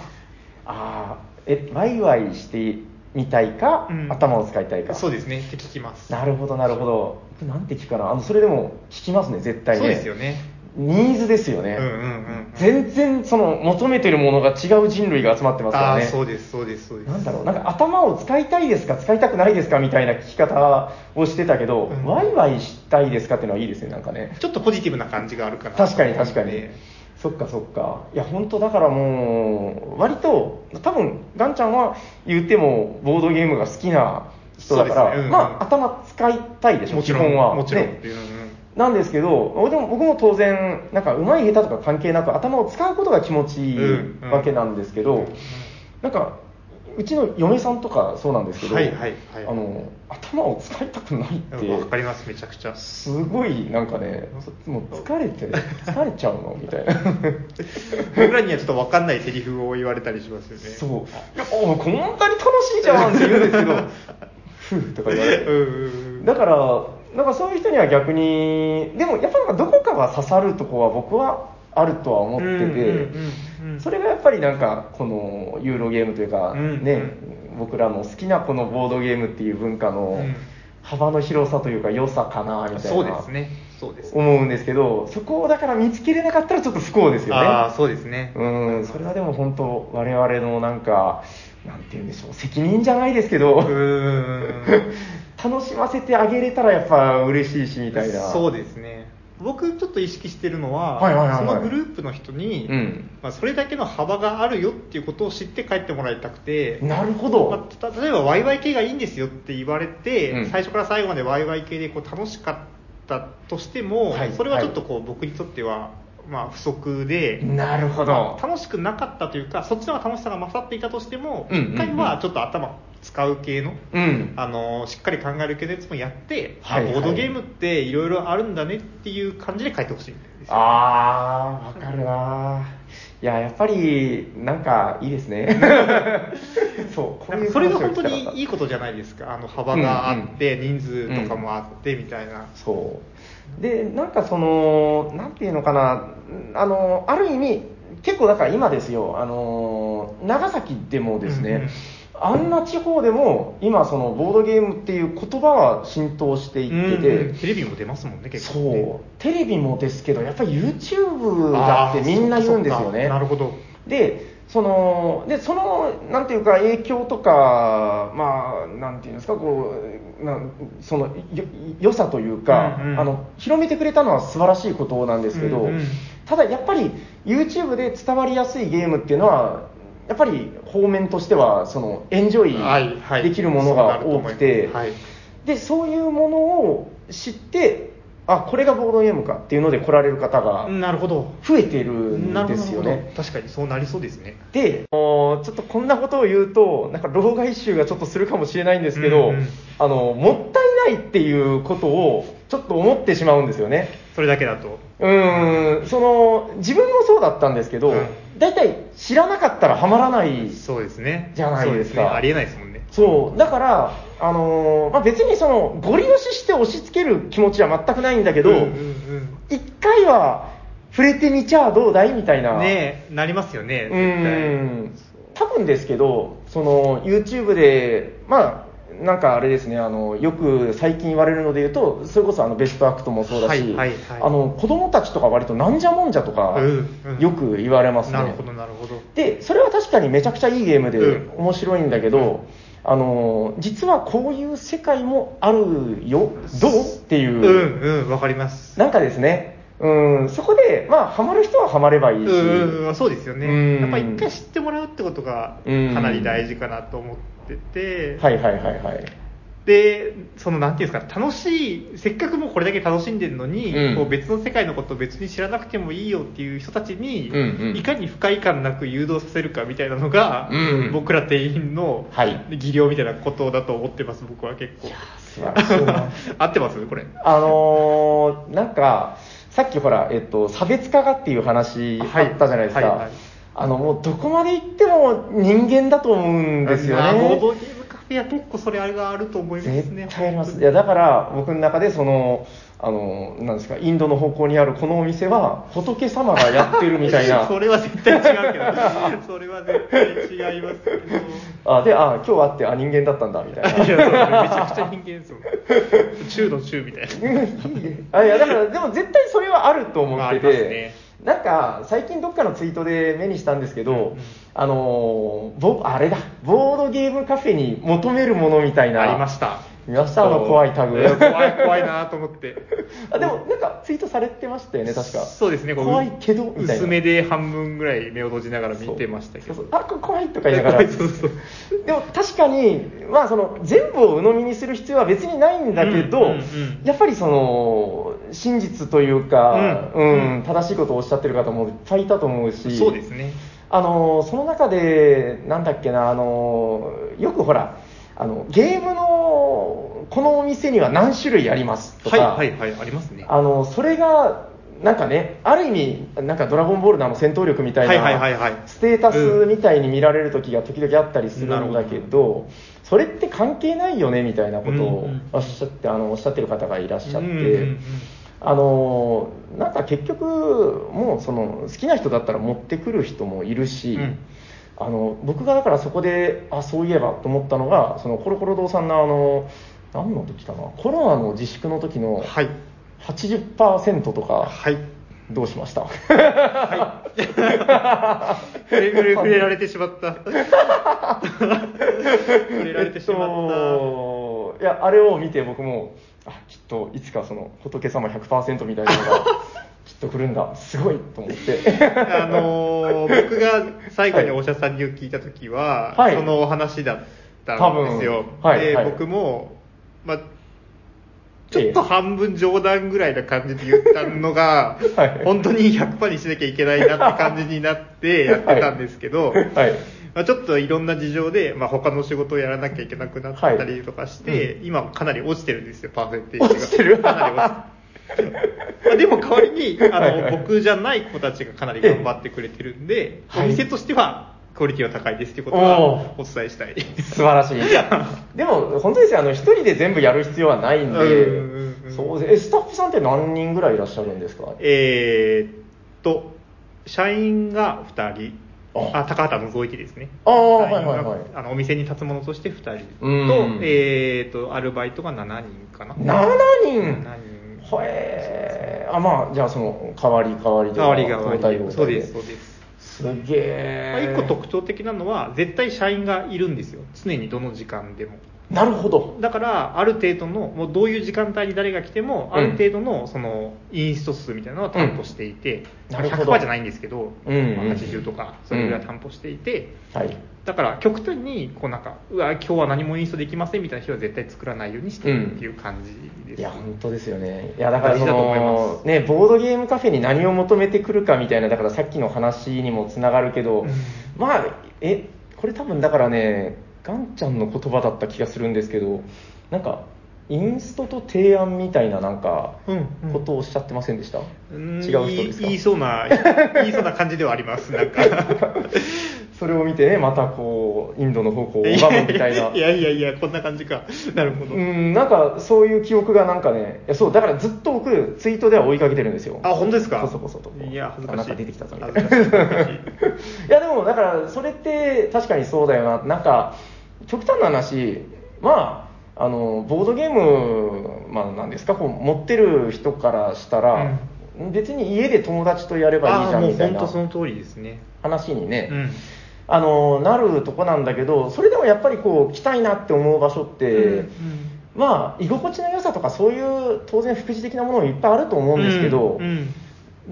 Speaker 1: あえワイワイしてみたいか、
Speaker 2: うん
Speaker 1: 頭を使いたいか
Speaker 2: そうですねって聞きます
Speaker 1: なるほどなるほどなんて聞くかなあのそれでも聞きますね絶対ね
Speaker 2: そうですよね
Speaker 1: ニーズですよね、
Speaker 2: うんうんうん
Speaker 1: 全然その求めてるものが違う人類が集まってますから
Speaker 2: ああ
Speaker 1: ね
Speaker 2: ーそうですそうですそうです
Speaker 1: なんだろうなんか頭を使いたいですか使いたくないですかみたいな聞き方をしてたけど、
Speaker 2: うん
Speaker 1: ワイワイしたいですかっていうのはいいですねなんかね
Speaker 2: ちょっとポジティブな感じがあるかな
Speaker 1: 確かに確かに、
Speaker 2: ね
Speaker 1: そっかそっかいや本当だからもう割と多分ガンちゃんは言ってもボードゲームが好きな人だから、
Speaker 2: そうですねうん
Speaker 1: まあ頭使いたいでしょ
Speaker 2: もちろ
Speaker 1: 基
Speaker 2: ん
Speaker 1: 本は
Speaker 2: もちろん、
Speaker 1: ね
Speaker 2: うんうん
Speaker 1: なんですけど、でも僕も当然、なんか上手い下手とか関係なく、頭を使うことが気持ちい
Speaker 2: うん
Speaker 1: い
Speaker 2: うん
Speaker 1: わけなんですけど、なんか、うちの嫁さんとかそうなんですけど、
Speaker 2: はいはいはい
Speaker 1: あの頭を使いたくないっ
Speaker 2: わか
Speaker 1: て、
Speaker 2: りますめちゃくち [laughs] ゃ
Speaker 1: すごいなんかね、もう疲れて、
Speaker 2: [laughs]
Speaker 1: 疲れちゃうのみたいな。
Speaker 2: 僕らにはちょっと分かんないセリフを言われたりしますよね
Speaker 1: そう、いやおこんなに楽しいじゃんって言うんですけど、
Speaker 2: [laughs]
Speaker 1: ふうとか言われて。
Speaker 2: うんうんうん
Speaker 1: だから、なんかそういう人には逆に、でもやっぱなんかどこかは刺さるとこは僕はあるとは思って
Speaker 2: うんうんうんうん
Speaker 1: て、それがやっぱりなんかこのユーロゲームというか、
Speaker 2: うん
Speaker 1: ね、僕らの好きなこのボードゲームっていう文化の
Speaker 2: うん
Speaker 1: 幅の広さというか良さかなみたいな。
Speaker 2: そうですねそうですね
Speaker 1: 思うんですけど、そこをだから見つけれなかったらちょっと不幸ですよね。
Speaker 2: ああそうですね
Speaker 1: うん、それはでも本当、我々のなんか、なんて言うんでしょう、責任じゃないですけど、
Speaker 2: うーん
Speaker 1: 楽しませてあげれたらやっぱ嬉しい [laughs] しみたいな。
Speaker 2: そう
Speaker 1: で
Speaker 2: ですね僕ちょっと意識してるのは,、
Speaker 1: はいはいはいはい
Speaker 2: そのグループの人に、
Speaker 1: うん
Speaker 2: まあ、それだけの幅があるよっていうことを知って帰ってもらいたくて、
Speaker 1: なるほ
Speaker 2: ま
Speaker 1: ど。
Speaker 2: あた例えばワイワイ系がいいんですよって言われて、
Speaker 1: うん
Speaker 2: 最初から最後までワイワイ系でこう楽しかったとしても、
Speaker 1: はい
Speaker 2: それはちょっとこう、僕にとっては、まあ、不足で、
Speaker 1: なるほど。
Speaker 2: 楽しくなかったというかそっちの方が楽しさが勝っていたとしても、
Speaker 1: うんうんうん
Speaker 2: 一回はちょっと頭使う系の。
Speaker 1: うん。
Speaker 2: あのしっかり考える系のやつもやって、
Speaker 1: はいはい
Speaker 2: あボードゲームっていろいろあるんだねっていう感じで書いてほしいんですよ
Speaker 1: あー、わかるなーいや、やっぱり、なんかいいです
Speaker 2: [laughs]
Speaker 1: ね。そう、こ
Speaker 2: な
Speaker 1: うんい
Speaker 2: か
Speaker 1: う
Speaker 2: それが
Speaker 1: 話を
Speaker 2: 本
Speaker 1: 聞
Speaker 2: 当
Speaker 1: きたかった
Speaker 2: にいいことじゃないですかあの幅があって、人数とかもあってみたいな、
Speaker 1: そうでなんかそのなんていうのかなあのある意味結構だから今ですよあの長崎でもですね、
Speaker 2: うんうん
Speaker 1: あんな地方でも今そのボードゲームっていう言葉は浸透していってて、
Speaker 2: うんうんテレビも出ますもんね結構ね
Speaker 1: そうテレビもですけどやっぱり YouTube だっ
Speaker 2: あー
Speaker 1: てみんな言うんですよ
Speaker 2: そっかそっ
Speaker 1: ね
Speaker 2: かなるほど
Speaker 1: でそのでそのなんていうか影響とかまあなんていうんですかこうなんそのよ良さというか、
Speaker 2: うんうん
Speaker 1: あの広めてくれたのは素晴らしいことなんですけど、
Speaker 2: うんうん
Speaker 1: ただやっぱり YouTube で伝わりやすいゲームっていうのはやっぱり方面としてはそのエンジ
Speaker 2: はいは
Speaker 1: ョイ
Speaker 2: い
Speaker 1: できるものが多くて、
Speaker 2: そうなると思います
Speaker 1: でそういうものを知ってあこれがボードゲームかっていうので来られる方が
Speaker 2: はい、なるほど
Speaker 1: 増えてる
Speaker 2: なんるほど
Speaker 1: ですよ
Speaker 2: なるほ
Speaker 1: ね
Speaker 2: ど。確かにそうなりそうですね
Speaker 1: で、もうちょっとこんなことを言うと、なんか老害臭がちょっとするかもしれないんですけど、
Speaker 2: うんうん
Speaker 1: あの、もったいないっていうことをちょっと思ってしまうんですよね。
Speaker 2: それだけだと
Speaker 1: うーん、その、自分もそうだったんですけど、
Speaker 2: うん
Speaker 1: 大体知らなかったらハマらない
Speaker 2: そうですね
Speaker 1: じゃないですか
Speaker 2: そうねありえないですもんね
Speaker 1: そうだから、あのーまあ、別にそのゴリ押しして押し付ける気持ちは全くないんだけど、
Speaker 2: うんうんうん
Speaker 1: 一回は触れてみちゃどうだいみたいな、
Speaker 2: ねえなりますよね
Speaker 1: う
Speaker 2: 絶対
Speaker 1: ん多分ですけどその YouTube でまあなんかあれですねあのよく最近言われるので言うとそれこそあのベストアクトもそうだし、
Speaker 2: はいはいはい
Speaker 1: あの子供たちとか割となんじゃもんじゃとか、
Speaker 2: うんうん
Speaker 1: よく言われますね
Speaker 2: なるほどなるほど
Speaker 1: でそれは確かにめちゃくちゃいいゲームで
Speaker 2: うん
Speaker 1: 面白いんだけど、あの実はこういう世界もあるよどうっていう、
Speaker 2: うんうんわかります
Speaker 1: なんかですねうんそこでまあハマる人はハマればいいし、
Speaker 2: うんうんそうですよ
Speaker 1: うん
Speaker 2: ねやっぱ一回知ってもらうってことがか
Speaker 1: うん
Speaker 2: なり大事かなと思ってて
Speaker 1: はいはいはいはい
Speaker 2: でそのなんていうんですか楽しいせっかくもうこれだけ楽しんでるのに、
Speaker 1: うん
Speaker 2: こう別の世界のことを別に知らなくてもいいよっていう人たちに、
Speaker 1: うんうん
Speaker 2: いかに不快感なく誘導させるかみたいなのが、
Speaker 1: うん
Speaker 2: 僕ら店員の
Speaker 1: はい
Speaker 2: 技量みたいなことだと思ってます僕は結構
Speaker 1: 素
Speaker 2: [laughs]
Speaker 1: 晴らしいな
Speaker 2: 合ってますこれ
Speaker 1: あのーなんかさっきほら、えっと、差別化がっていう話あったじゃないですか、
Speaker 2: はいはいはい
Speaker 1: あのもうどこまで行っても人間だと思うんですよね
Speaker 2: あボードゲームカフェは結構それあれがあると思いますね
Speaker 1: 絶対ありますいやだから僕の中でそのあのなんですかインドの方向にあるこのお店は仏様がやってるみたいな
Speaker 2: [laughs] それは絶対違うけどそれは絶対違いますけど
Speaker 1: あであ今日はあってあ人間だったんだみたいない
Speaker 2: やそうめちゃくちゃ人間ですもん中の中みたいな
Speaker 1: [laughs] あいやだからでも絶対それはあると思
Speaker 2: まあ
Speaker 1: っ
Speaker 2: あ
Speaker 1: て
Speaker 2: り
Speaker 1: て、
Speaker 2: ますね
Speaker 1: なんか最近どっかのツイートで目にしたんですけど、
Speaker 2: ん
Speaker 1: あのーぼあれだボードゲームカフェに求めるものみたいな
Speaker 2: ありました
Speaker 1: 見ましたあの怖いタグ
Speaker 2: や怖い怖いなと思って
Speaker 1: [laughs] あでもなんかツイートされてましたよね確か
Speaker 2: そうですねこう
Speaker 1: 怖いけどみたいな
Speaker 2: 薄めで半分ぐらい目を閉じながら見てましたけ
Speaker 1: そうそ
Speaker 2: ど
Speaker 1: うあこ怖いとか言いながら
Speaker 2: そうそう
Speaker 1: でも確かに、まあ、その全部を鵜呑みにする必要は別にないんだけど、
Speaker 2: うんうんうん
Speaker 1: やっぱりその真実というか、う
Speaker 2: うんん
Speaker 1: 正しいことをおっしゃってる方もいっぱいいたと思うし
Speaker 2: そうですね
Speaker 1: あのその中でなんだっけなあのよくほらあのゲームのこのお店には何種類ありますとか、
Speaker 2: はいはいはいありますね
Speaker 1: あのそれがなんかねある意味なんか「ドラゴンボール」のあの戦闘力みたいな、
Speaker 2: はいはいはいはい
Speaker 1: ステータスみたいに見られる時が時々あったりするんだけ
Speaker 2: なるほ
Speaker 1: ど,、それって関係ないよねみたいなこと
Speaker 2: う
Speaker 1: を
Speaker 2: んうん
Speaker 1: おっしゃって、あのおっしゃってる方がいらっしゃって。
Speaker 2: うんうんうん
Speaker 1: あのなんか結局、もうその好きな人だったら持ってくる人もいるし、
Speaker 2: うん
Speaker 1: あの僕がだからそこであそういえばと思ったのがそのコロコロ堂さんのあの何の時かなコロナの自粛の時の
Speaker 2: はい
Speaker 1: 80%とか
Speaker 2: はい
Speaker 1: どうしました
Speaker 2: 触れ触れ触れられてし
Speaker 1: [laughs]
Speaker 2: まった触れられてしまった、
Speaker 1: えっといやあれを見て僕もあきっといつかその仏様100%みたいなの
Speaker 2: [laughs]
Speaker 1: がきっと来るんだすごいと思って
Speaker 2: あのー僕が最後にお医者さんに聞いた時は、
Speaker 1: はい
Speaker 2: そのお話だったんですよ
Speaker 1: 多、分はい
Speaker 2: で、
Speaker 1: はい
Speaker 2: 僕も、まあ、 [laughs] ちょっと半分冗談ぐらいな感じで言ったのが、
Speaker 1: [laughs] はい
Speaker 2: 本当に100%にしなきゃいけないなって感じになってやってたんですけ
Speaker 1: [laughs]
Speaker 2: ど、
Speaker 1: はい
Speaker 2: まあ、ちょっといろんな事情で、まあ、他の仕事をやらなきゃいけなくなったりとかして、
Speaker 1: はい
Speaker 2: 今かなり落ちてるんですよパーセンテージが
Speaker 1: 落ちてる
Speaker 2: かなり落ちてるまあでも代わりにあの、
Speaker 1: はいはい
Speaker 2: 僕じゃない子たちがかなり頑張ってくれてるんで、
Speaker 1: ええはい
Speaker 2: お店としてはクオリティは高いですということは
Speaker 1: お
Speaker 2: お伝えしたい
Speaker 1: 素晴らしいでも本当ですよあの一人で全部やる必要はないん
Speaker 2: うんうんう
Speaker 1: で
Speaker 2: ん
Speaker 1: そうですえスタッフさんって何人ぐらいいらっしゃるんですか
Speaker 2: えーっと社員が2人
Speaker 1: あ
Speaker 2: あ高畑除いてですね
Speaker 1: あー
Speaker 2: 社員が
Speaker 1: はいはいはい
Speaker 2: あのお店に立つ者として2人と
Speaker 1: うん
Speaker 2: えーっとアルバイトが7人かな
Speaker 1: 7人
Speaker 2: 7人
Speaker 1: ほえーあまあじゃあその代わり代わりで
Speaker 2: 代わりが悪
Speaker 1: 交
Speaker 2: い
Speaker 1: 代交代
Speaker 2: そうですそうです、
Speaker 1: すげえ、
Speaker 2: まあ、一個特徴的なのは絶対社員がいるんですよ常にどの時間でも
Speaker 1: なるほど
Speaker 2: だからある程度のもうどういう時間帯に誰が来ても
Speaker 1: うん
Speaker 2: ある程度のそのインスト数みたいなのは担保していて、
Speaker 1: うん
Speaker 2: ま
Speaker 1: な
Speaker 2: あ
Speaker 1: るほど
Speaker 2: 100%じゃないんですけど、
Speaker 1: うんうん
Speaker 2: まあ80とかそれぐらい担保していて、
Speaker 1: はい
Speaker 2: だから極端にこうなんかうわ今日は何もインストできませんみたいな日は絶対作らないようにしてるっていう感じです、
Speaker 1: いや本当ですよねいやだからそ
Speaker 2: 大事だと思い
Speaker 1: の
Speaker 2: ま
Speaker 1: ねボードゲームカフェに何を求めてくるかみたいなだからさっきの話にもつながるけど、
Speaker 2: うん
Speaker 1: まあえこれ多分だからねガンちゃんの言葉だった気がするんですけどなんかインストと提案みたいななんか、
Speaker 2: うんうん
Speaker 1: ことをおっしゃってませんでした、
Speaker 2: うん
Speaker 1: 違う人ですか
Speaker 2: 言い言いそうな言いそうな感じではありますなんか
Speaker 1: それを見てねまたこうインドの方向を拝むみたいな
Speaker 2: いやいやいやこんな感じかなるほど、
Speaker 1: うんなんかそういう記憶がなんかねいやそうだからずっと僕ツイートでは追いかけてるんですよ
Speaker 2: あ本当ですか
Speaker 1: こそこそと
Speaker 2: いや恥ずかしい
Speaker 1: あなんか出てきたぞみたいな [laughs]
Speaker 2: 恥ずかしい恥ずかしい
Speaker 1: いやでもだからそれって確かにそうだよななんか極端な話まああのボードゲーム、まあ、なんですかこう持ってる人からしたら、別に家で友達とやればいいじゃ
Speaker 2: あー
Speaker 1: ん
Speaker 2: もう
Speaker 1: みたい
Speaker 2: 本
Speaker 1: な
Speaker 2: 当その通りですね
Speaker 1: 話にね、
Speaker 2: うん
Speaker 1: あのなるとこなんだけどそれでもやっぱりこう来たいなって思う場所って、
Speaker 2: うんうん
Speaker 1: まあ居心地の良さとかそういう当然副次的なものもいっぱいあると思うんですけど、
Speaker 2: うんうん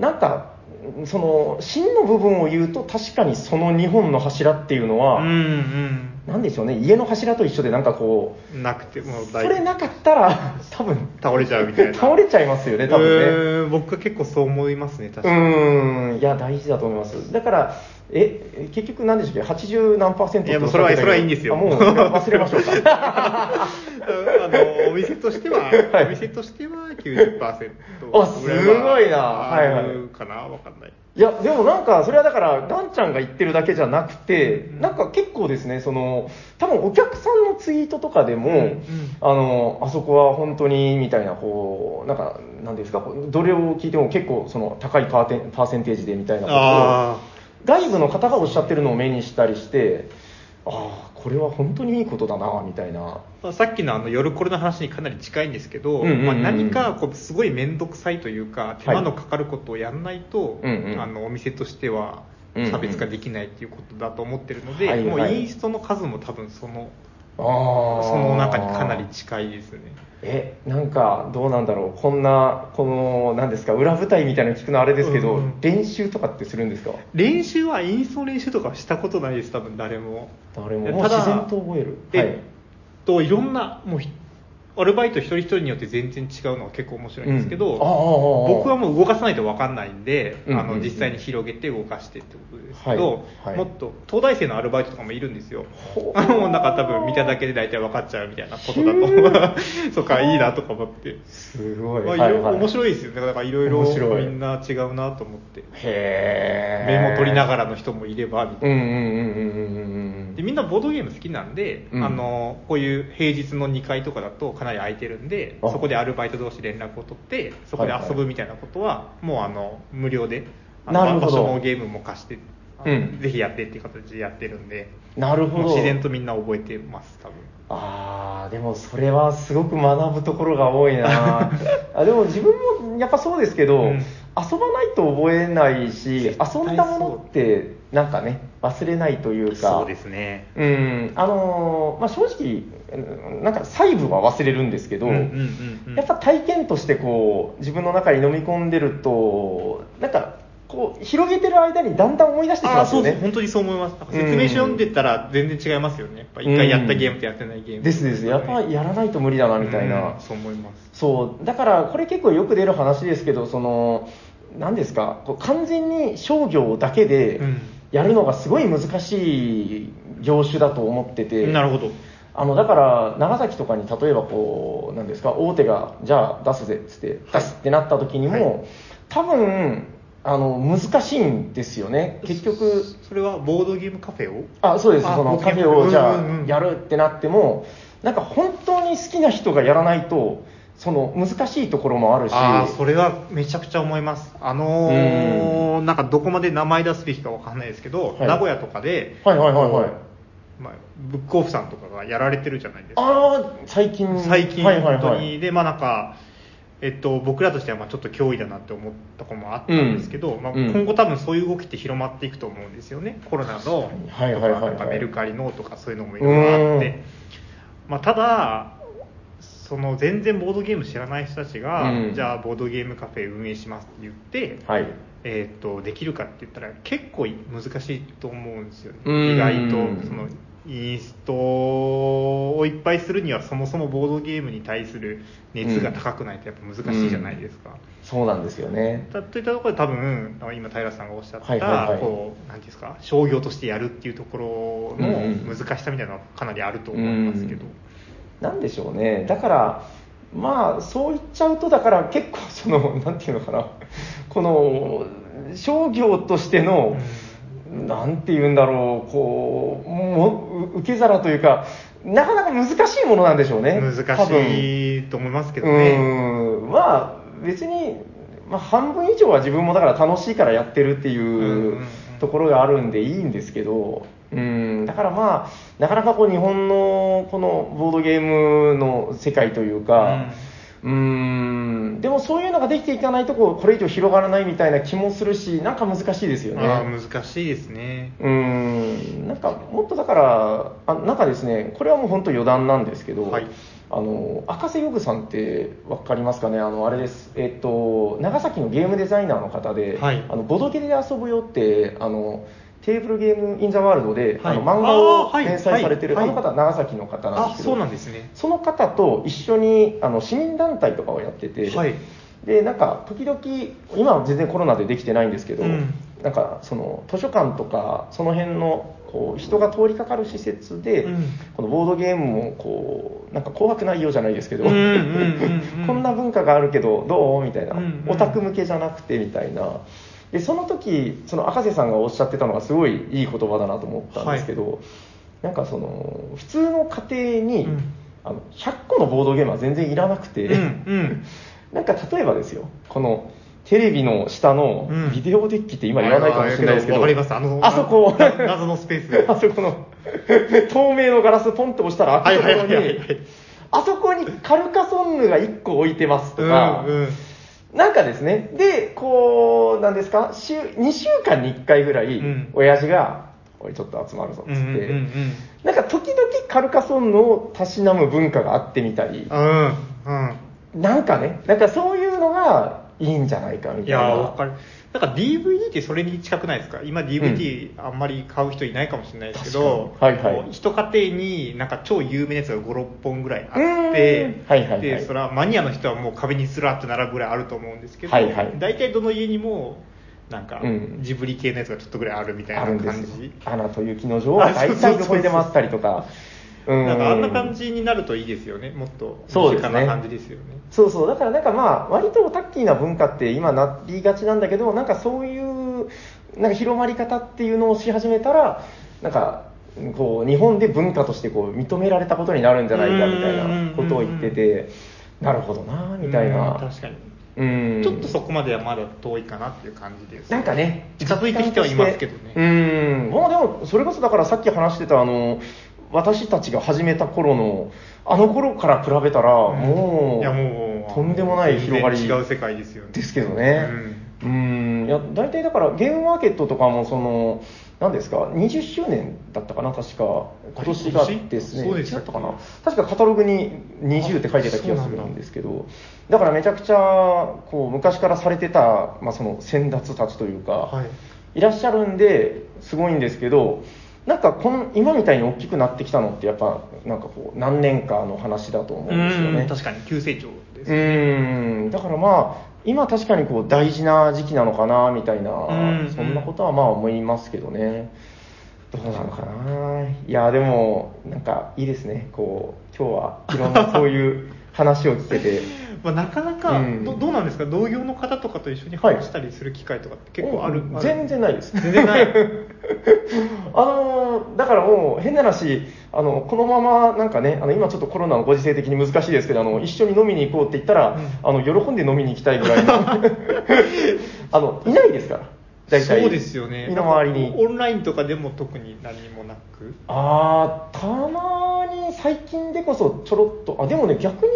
Speaker 1: なんかその真の部分を言うと確かにその2本の柱っていうのは、
Speaker 2: うん
Speaker 1: なんでしょうね家の柱と一緒でなんかこ
Speaker 2: うんなくてもう
Speaker 1: うそ
Speaker 2: 大
Speaker 1: れなかったら多分
Speaker 2: 倒れちゃうみたいな
Speaker 1: 倒れちゃいますよね多分ね。
Speaker 2: うーん僕は結構そう思いますね確
Speaker 1: う
Speaker 2: かに
Speaker 1: ーん、いや、大事だと思います。だから、え、え結局何でしたっけ、80何パーセント
Speaker 2: いやもうそれは
Speaker 1: っておっしゃってたけど
Speaker 2: それはいいんですよ
Speaker 1: あもう、それは忘れましょうか。
Speaker 2: あのお店としては、
Speaker 1: [laughs] はい
Speaker 2: お店としては90%ぐらい
Speaker 1: あすごいなはいはい
Speaker 2: あるかなわかんない
Speaker 1: いや、でもなんか、それはだから、ガンちゃんが言ってるだけじゃなくて、
Speaker 2: うん
Speaker 1: なんか結構ですね、その、多分お客さんのツイートとかでも、
Speaker 2: うんうん
Speaker 1: あの、あそこは本当に、みたいな、こう、なんか、なんですか、こうどれを聞いても結構、その、高いパーテンパーセンテージでみたいなことを
Speaker 2: あ
Speaker 1: 外部の方がおっしゃってるのを目にしたりしてああこれは本当にいいことだなみたいな
Speaker 2: ーさっきのあの夜コレの話にかなり近いんですけ
Speaker 1: うん
Speaker 2: ど、
Speaker 1: うんうんうん
Speaker 2: まあ、何かこうすごい面倒くさいというか手間のかかることをやらないと、
Speaker 1: うんうん
Speaker 2: あのお店としては差別化できないっていうことだと思ってるので、
Speaker 1: はいはい
Speaker 2: もうインストの数も多分その
Speaker 1: ああ
Speaker 2: その中にかなり近いですね
Speaker 1: えなんかどうなんだろうこんなこのなんですか裏舞台みたいなの聞くのあれですけど、
Speaker 2: うんうん
Speaker 1: 練習とかってするんですか
Speaker 2: 練習はインストの練習とかはしたことないです多分誰も
Speaker 1: 誰
Speaker 2: いや
Speaker 1: ももう
Speaker 2: ただ
Speaker 1: 自然と覚えるはい
Speaker 2: えっといろんなもうひアルバイト一人一人によって全然違うのは結構面白いんですけど、
Speaker 1: うんああああああ
Speaker 2: 僕はもう動かさないと分かんないんで、
Speaker 1: うんうん
Speaker 2: あ
Speaker 1: うん
Speaker 2: の実際に広げて動かしてってことですけど、
Speaker 1: はいはい
Speaker 2: もっと東大生のアルバイトとかもいるんですよ
Speaker 1: ほう
Speaker 2: あのなんか多分見ただけで大体分かっちゃうみたいなことだ
Speaker 1: [laughs]
Speaker 2: とそうかいいなとか思って、
Speaker 1: すごい、
Speaker 2: まあいろいろ面白いですよねだからいろいろ
Speaker 1: 面白い
Speaker 2: みんな違うなと思って
Speaker 1: へえ
Speaker 2: メモ取りなが
Speaker 1: ら
Speaker 2: らの人もいればみたいな
Speaker 1: うんうんうんうんうんうん
Speaker 2: でみんなボードゲーム好きなんで、
Speaker 1: うん
Speaker 2: あのこういう平日の2階とかだとかなり空いてるんで
Speaker 1: あ
Speaker 2: そこでアルバイト同士連絡を取ってそこで遊ぶみたいなことは、もうあの無料であの
Speaker 1: なるほど
Speaker 2: 場所もゲームも貸して、あの
Speaker 1: うん
Speaker 2: ぜひやってっていう形でやってるんで
Speaker 1: なるほ
Speaker 2: もう
Speaker 1: ど
Speaker 2: 自然とみんな覚えてます多分
Speaker 1: ああでもそれはすごく学ぶところが多い
Speaker 2: [laughs]
Speaker 1: なあでも自分もやっぱそうですけど、
Speaker 2: うん
Speaker 1: 遊ばないと覚えないし
Speaker 2: 絶対そう
Speaker 1: 遊んだものってなんかね忘れないというか
Speaker 2: そうですね
Speaker 1: うんあのーまあ、正直うんなんか細部は忘れるんですけど、
Speaker 2: うんうんうんうん
Speaker 1: やっぱ体験としてこう自分の中に飲み込んでるとなんかこう広げてる間にだんだん思い出してき
Speaker 2: あ
Speaker 1: ま
Speaker 2: ー
Speaker 1: す
Speaker 2: そ
Speaker 1: よ
Speaker 2: う
Speaker 1: ね
Speaker 2: そう本当にそう思いますなんか説明書読んでたら全然違いますよねやっぱ一回やったゲームとやってないゲーム
Speaker 1: ですですやっぱやらないと無理だなみたいな、
Speaker 2: うんそう思います
Speaker 1: そうだからこれ結構よく出る話ですけどその何ですかこう完全に商業だけで
Speaker 2: うん
Speaker 1: やるのがすごい難しい業種だと思ってて、
Speaker 2: なるほど
Speaker 1: あのだから長崎とかに例えばこう何ですか大手がじゃあ出すぜっつって出すってなった時にも、多分あの難しいんですよね結局
Speaker 2: それはボードゲームカフェを
Speaker 1: あそうです
Speaker 2: あ
Speaker 1: その
Speaker 2: 僕
Speaker 1: カフェをじゃあ
Speaker 2: うんうんうん
Speaker 1: やるってなってもなんか本当に好きな人がやらないとその難しいところもあるし
Speaker 2: ああそれはめちゃくちゃ思いますあのーなんかどこまで名前出すべきかわかんないですけど、
Speaker 1: はい
Speaker 2: 名古屋とかで、
Speaker 1: はいはいはいはい
Speaker 2: まあ、ブックオフさんとかがやられてるじゃないですか
Speaker 1: ああ最近
Speaker 2: 最近
Speaker 1: はいはい
Speaker 2: 本
Speaker 1: は
Speaker 2: 当に、
Speaker 1: い
Speaker 2: でまあなんかえっと、僕らとしてはまあちょっと脅威だなって思ったこともあったんですけど、
Speaker 1: うん
Speaker 2: まあ、
Speaker 1: うん
Speaker 2: 今後多分そういう動きって広まっていくと思うんですよね、コロナのとか
Speaker 1: はいはいはいはい
Speaker 2: なんかメルカリのとかそういうのもいろいろあっ
Speaker 1: うん
Speaker 2: て、まあ、ただその全然ボードゲーム知らない人たちが、
Speaker 1: うん
Speaker 2: じゃあボードゲームカフェ運営しますって言って、
Speaker 1: はい
Speaker 2: えー、とできるかって言ったら結構難しいと思うんですよね、
Speaker 1: うん
Speaker 2: 意外とそのインストをいっぱいするにはそもそもボードゲームに対する熱が高くないとやっぱ難しいじゃないですか。
Speaker 1: そうなんですよね
Speaker 2: だといったところで多分今平さんがおっしゃった、
Speaker 1: はいはいはい
Speaker 2: こうなんていうんですか商業としてやるっていうところの難しさみたいなのはかなりあると思いますけど、
Speaker 1: なんでしょうねだからまあ、そう言っちゃうと、だから結構、その、なんていうのかな、この、商業としての、なんて言うんだろう、こう、もう受け皿というか、なかなか難しいものなんでしょうね。
Speaker 2: 難
Speaker 1: 多分
Speaker 2: しいと思いますけどね。
Speaker 1: うんまあ別に、まあ、半分以上は自分もだから楽しいからやってるってい
Speaker 2: んうんう
Speaker 1: うんところがあるんでいいんですけど、うん、だからまあなかなかこう日本のこのボードゲームの世界というか、うん、でもそういうのができていかないとこうこれ以上広がらないみたいな気もするしなんか難しいですよね。
Speaker 2: ああ難しいですね。
Speaker 1: うーんなんかもっとだから、あなんかですね、これはもう本当余談なんですけど、
Speaker 2: はい
Speaker 1: あの赤瀬ヨグさんってわかりますかね、あのあれです、えっと、長崎のゲームデザイナーの方で、
Speaker 2: はい
Speaker 1: あのボドゲで遊ぶよってあの、テーブルゲームインザワールドで、
Speaker 2: はい
Speaker 1: あの漫画
Speaker 2: あ
Speaker 1: を
Speaker 2: ーはい
Speaker 1: 連載されてる、あ,、
Speaker 2: はい
Speaker 1: の方、長崎の方なんで
Speaker 2: あ
Speaker 1: すけど、
Speaker 2: そうなんですね。
Speaker 1: その方と一緒にあの市民団体とかをやってて、
Speaker 2: はい
Speaker 1: でなんか時々、今は全然コロナでできてないんですけど、
Speaker 2: うん
Speaker 1: なんかその図書館とか、その辺のこう人が通りかかる施設で、
Speaker 2: うん
Speaker 1: このボードゲームをこうなんか紅白内容じゃないですけど、
Speaker 2: うんうんうんうん [laughs]
Speaker 1: こんな文化があるけど、どうみたいな、
Speaker 2: うんうん
Speaker 1: オタク向けじゃなくてみたいな。でその時その赤瀬さんがおっしゃってたのがすごいいい言葉だなと思ったんですけど、なんかその普通の家庭に、
Speaker 2: うん
Speaker 1: あの100個のボードゲームは全然いらなくて、
Speaker 2: うんうん
Speaker 1: なんか例えばですよこのテレビの下の
Speaker 2: うん
Speaker 1: ビデオデッキって今言わないかもしれないですけど、
Speaker 2: わかります。あの
Speaker 1: あそこ。
Speaker 2: な謎のスペースで
Speaker 1: あそこの [laughs] 透明のガラスポンと押したら開くところに、
Speaker 2: はいはいはいはい
Speaker 1: あそこにカルカソンヌが1個置いてますとか、
Speaker 2: うんうん
Speaker 1: なんかですね、で、こう、なんですか、週2週間に1回ぐらい
Speaker 2: うん、
Speaker 1: 親父が、おい、ちょっと集まるぞ、つって、
Speaker 2: うんうんうん
Speaker 1: なんか時々カルカソンヌをたしなむ文化があってみたり、
Speaker 2: うんうん。
Speaker 1: なんかね、なんかそういうのがいいんじゃないかみたいな。
Speaker 2: いやーわかる。なんか DVD ってそれに近くないですか今 DVD あんまり買う人いないかもしれないですけど、
Speaker 1: 確かにはいはい
Speaker 2: こう一家庭になんか超有名なやつが5、6本ぐらいあって
Speaker 1: う、んはいはいはい
Speaker 2: で、それはマニアの人はもう壁にスラッと並ぶぐらいあると思うんですけど、
Speaker 1: はいはい
Speaker 2: 大体どの家にもなんか
Speaker 1: うん
Speaker 2: ジブリ系のやつがちょっとぐらいあるみたいな
Speaker 1: あるんです
Speaker 2: 感
Speaker 1: よ
Speaker 2: じ。。
Speaker 1: アナと雪の女王は大体どこにでもあったりとか。
Speaker 2: なんかあんな感じになるといいですよね。もっと
Speaker 1: そう
Speaker 2: 身
Speaker 1: です
Speaker 2: 近
Speaker 1: ね
Speaker 2: な感じですよね。
Speaker 1: そうそう、だからなんかまあ、割とオタッキーな文化って今なりがちなんだけど、なんかそういう、なんか広まり方っていうのをし始めたら、なんか、こう、日本で文化としてこう認められたことになるんじゃないかみたいなことを言ってて、なるほどな、みたい
Speaker 2: うん
Speaker 1: な。
Speaker 2: 確かに。
Speaker 1: うん
Speaker 2: ちょっとそこまではまだ遠いかなっていう感じです。
Speaker 1: なんかね、
Speaker 2: 近づいてきてはいますけどね。
Speaker 1: うん、まあでも、それこそだからさっき話してた、あの、私たちが始めた頃の、あの頃から比べたら、もう、
Speaker 2: いやもう
Speaker 1: とんでもない広がり
Speaker 2: 全然違う世界ですよね
Speaker 1: ですけどね。うん、いや、大体だから、ゲームマーケットとかも、その、なんですか、20周年だったかな、確か、今年が
Speaker 2: 今年
Speaker 1: ですね、
Speaker 2: そうでした
Speaker 1: 違
Speaker 2: っ
Speaker 1: っ
Speaker 2: け
Speaker 1: たかな、確かカタログに20って書いてた気がす
Speaker 2: あそう
Speaker 1: る
Speaker 2: なん
Speaker 1: ん
Speaker 2: だ
Speaker 1: ですけど、だからめちゃくちゃ、こう、昔からされてた、まあ、その、先達たちというか、
Speaker 2: はい
Speaker 1: いらっしゃるんですごいんですけどなんかこの今みたいに大きくなってきたのってやっぱなんかこう何年かの話だと思うんですよね
Speaker 2: うん確かに急成長です
Speaker 1: うーんだからまあ今確かにこう大事な時期なのかなみたいな
Speaker 2: うん
Speaker 1: そんなことはまあ思いますけどねどうなのかないやでもなんかいいですねこう今日はいろんなそういう話を聞けて
Speaker 2: まあ、なかなか、
Speaker 1: うん
Speaker 2: どどうなんですか同業の方とかと一緒に話したりする機会とかって [laughs] 結構ある、
Speaker 1: うん
Speaker 2: ある
Speaker 1: 全然ないです
Speaker 2: 全然ない
Speaker 1: あのーだからもう変な話あのこのままなんかねあの今ちょっとコロナのご時世的に難しいですけどあの一緒に飲みに行こうって言ったら、あの喜んで飲みに行きたいぐ
Speaker 2: [laughs]
Speaker 1: らいのあのいないですから [laughs] 大体
Speaker 2: そうですよね
Speaker 1: 身の回りに
Speaker 2: オンラインとかでも特に何もなく
Speaker 1: ああたまに最近でこそちょろっとあでもね逆に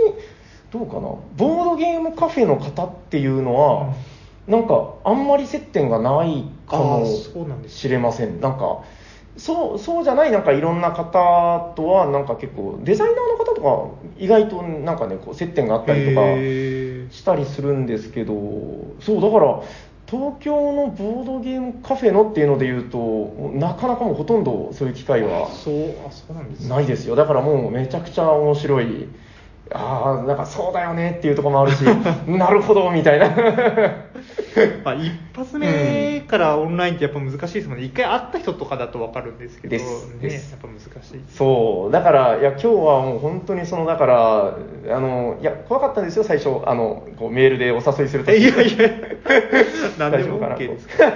Speaker 1: どうかなボードゲームカフェの方っていうのは、なんかあんまり接点がないか
Speaker 2: あ
Speaker 1: も
Speaker 2: ーそうなんです
Speaker 1: 知れませんなんかそうそうじゃないなんかいろんな方とはなんか結構デザイナーの方とか意外となんかねこう接点があったりとか
Speaker 2: へー
Speaker 1: したりするんですけどそうだから東京のボードゲームカフェのっていうので言うとなかなかもうほとんどそういう機会は
Speaker 2: そうあそうなんですね
Speaker 1: ないですよだからもうめちゃくちゃ面白いああ、なんかそうだよねっていうところもある
Speaker 2: [laughs]
Speaker 1: し、なるほど、みたいな。 [laughs]
Speaker 2: [laughs] まあ、一発目からオンラインってやっぱ難しいですもんね、一回会った人とかだと分かるんですけど、
Speaker 1: ですで
Speaker 2: ね、や
Speaker 1: す
Speaker 2: っぱ難しい。
Speaker 1: そう、だから、いや、今日はもう本当にその、だから、あの、いや、怖かったんですよ、最初。あの、こうメールでお誘いするとき。
Speaker 2: いやいや、
Speaker 1: [laughs]
Speaker 2: 何でも OK ですけど
Speaker 1: い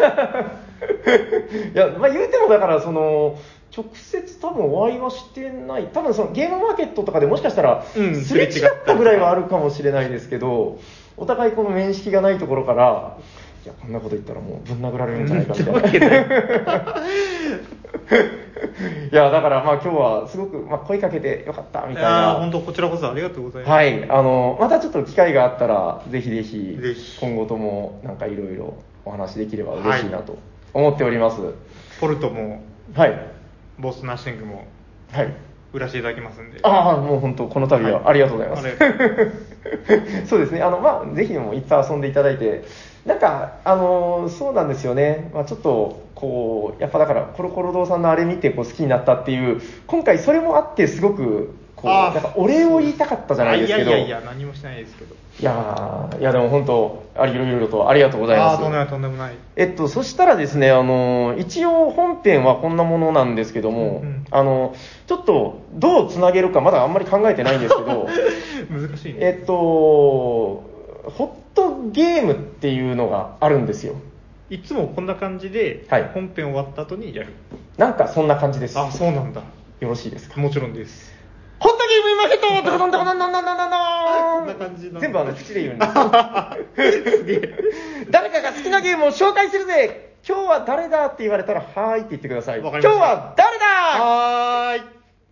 Speaker 1: や、まあ、言うてもだから、その、直接多分お会いはしてない。多分そのゲームマーケットとかでもしかしたら、
Speaker 2: うん
Speaker 1: すれ違ったぐらいはあるかもしれないですけど、お互いこの面識がないところから、いや、こんなこと言ったらもうぶん殴られるんじゃないかみたいな。
Speaker 2: [laughs]
Speaker 1: いや、だからまあ今日はすごく、まあ、声かけてよかったみたい
Speaker 2: あ
Speaker 1: な。
Speaker 2: ー本当、こちらこそありがとうございます。
Speaker 1: はい、あの、またちょっと機会があったら、ぜひぜひ
Speaker 2: ぜ、ひ
Speaker 1: 今後ともなんかいろいろお話できれば嬉しいなと思っております。
Speaker 2: ポルトも、
Speaker 1: はい。
Speaker 2: ボスナッシングも、
Speaker 1: はい。
Speaker 2: 売らせていただきますんで。
Speaker 1: ああ、もう本当、この度はありがとうございます。
Speaker 2: ありがとうございます
Speaker 1: [laughs] そうですね、あの、まあ、ぜひもういっぱい遊んでいただいて、なんか、あのーそうなんですよね、まあ、ちょっと、こう、やっぱだから、コロコロ堂さんのあれ見て、こう、好きになったっていう、今回それもあって、すごく、こう、
Speaker 2: あ
Speaker 1: な
Speaker 2: ー
Speaker 1: んか、お礼を言いたかったじゃないですけど、
Speaker 2: あやいやいや、何もしてないですけど。
Speaker 1: いやーいやでも本当、ありいろいろとありがとうございます。
Speaker 2: あーとんでもない、とんでもない。
Speaker 1: えっと、そしたらですね、あの、一応本編はこんなものなんですけども、
Speaker 2: うんうん
Speaker 1: あの、ちょっと、どうつなげるかまだあんまり考えてないんですけ
Speaker 2: [laughs]
Speaker 1: ど、
Speaker 2: 難しいね。
Speaker 1: えっと、ホットゲームっていうのがあるんですよ。
Speaker 2: いつもこんな感じで、
Speaker 1: はい
Speaker 2: 本編終わった後にやる。
Speaker 1: なんかそんな感じです。
Speaker 2: あ、そうなんだ。
Speaker 1: よろしいですか
Speaker 2: もちろんです。
Speaker 1: [laughs]
Speaker 2: [laughs]
Speaker 1: ホットゲームマーケットドコドンドコドンドンドンドンドン
Speaker 2: こんな感じなんだ
Speaker 1: 全部あの口で言うんですよ
Speaker 2: すげえ。
Speaker 1: 誰かが好きなゲームを紹介するぜ今日は誰だって言われたら、はーいって言ってください。
Speaker 2: わか
Speaker 1: 今
Speaker 2: り
Speaker 1: 日
Speaker 2: ました
Speaker 1: は誰だ
Speaker 2: はーい。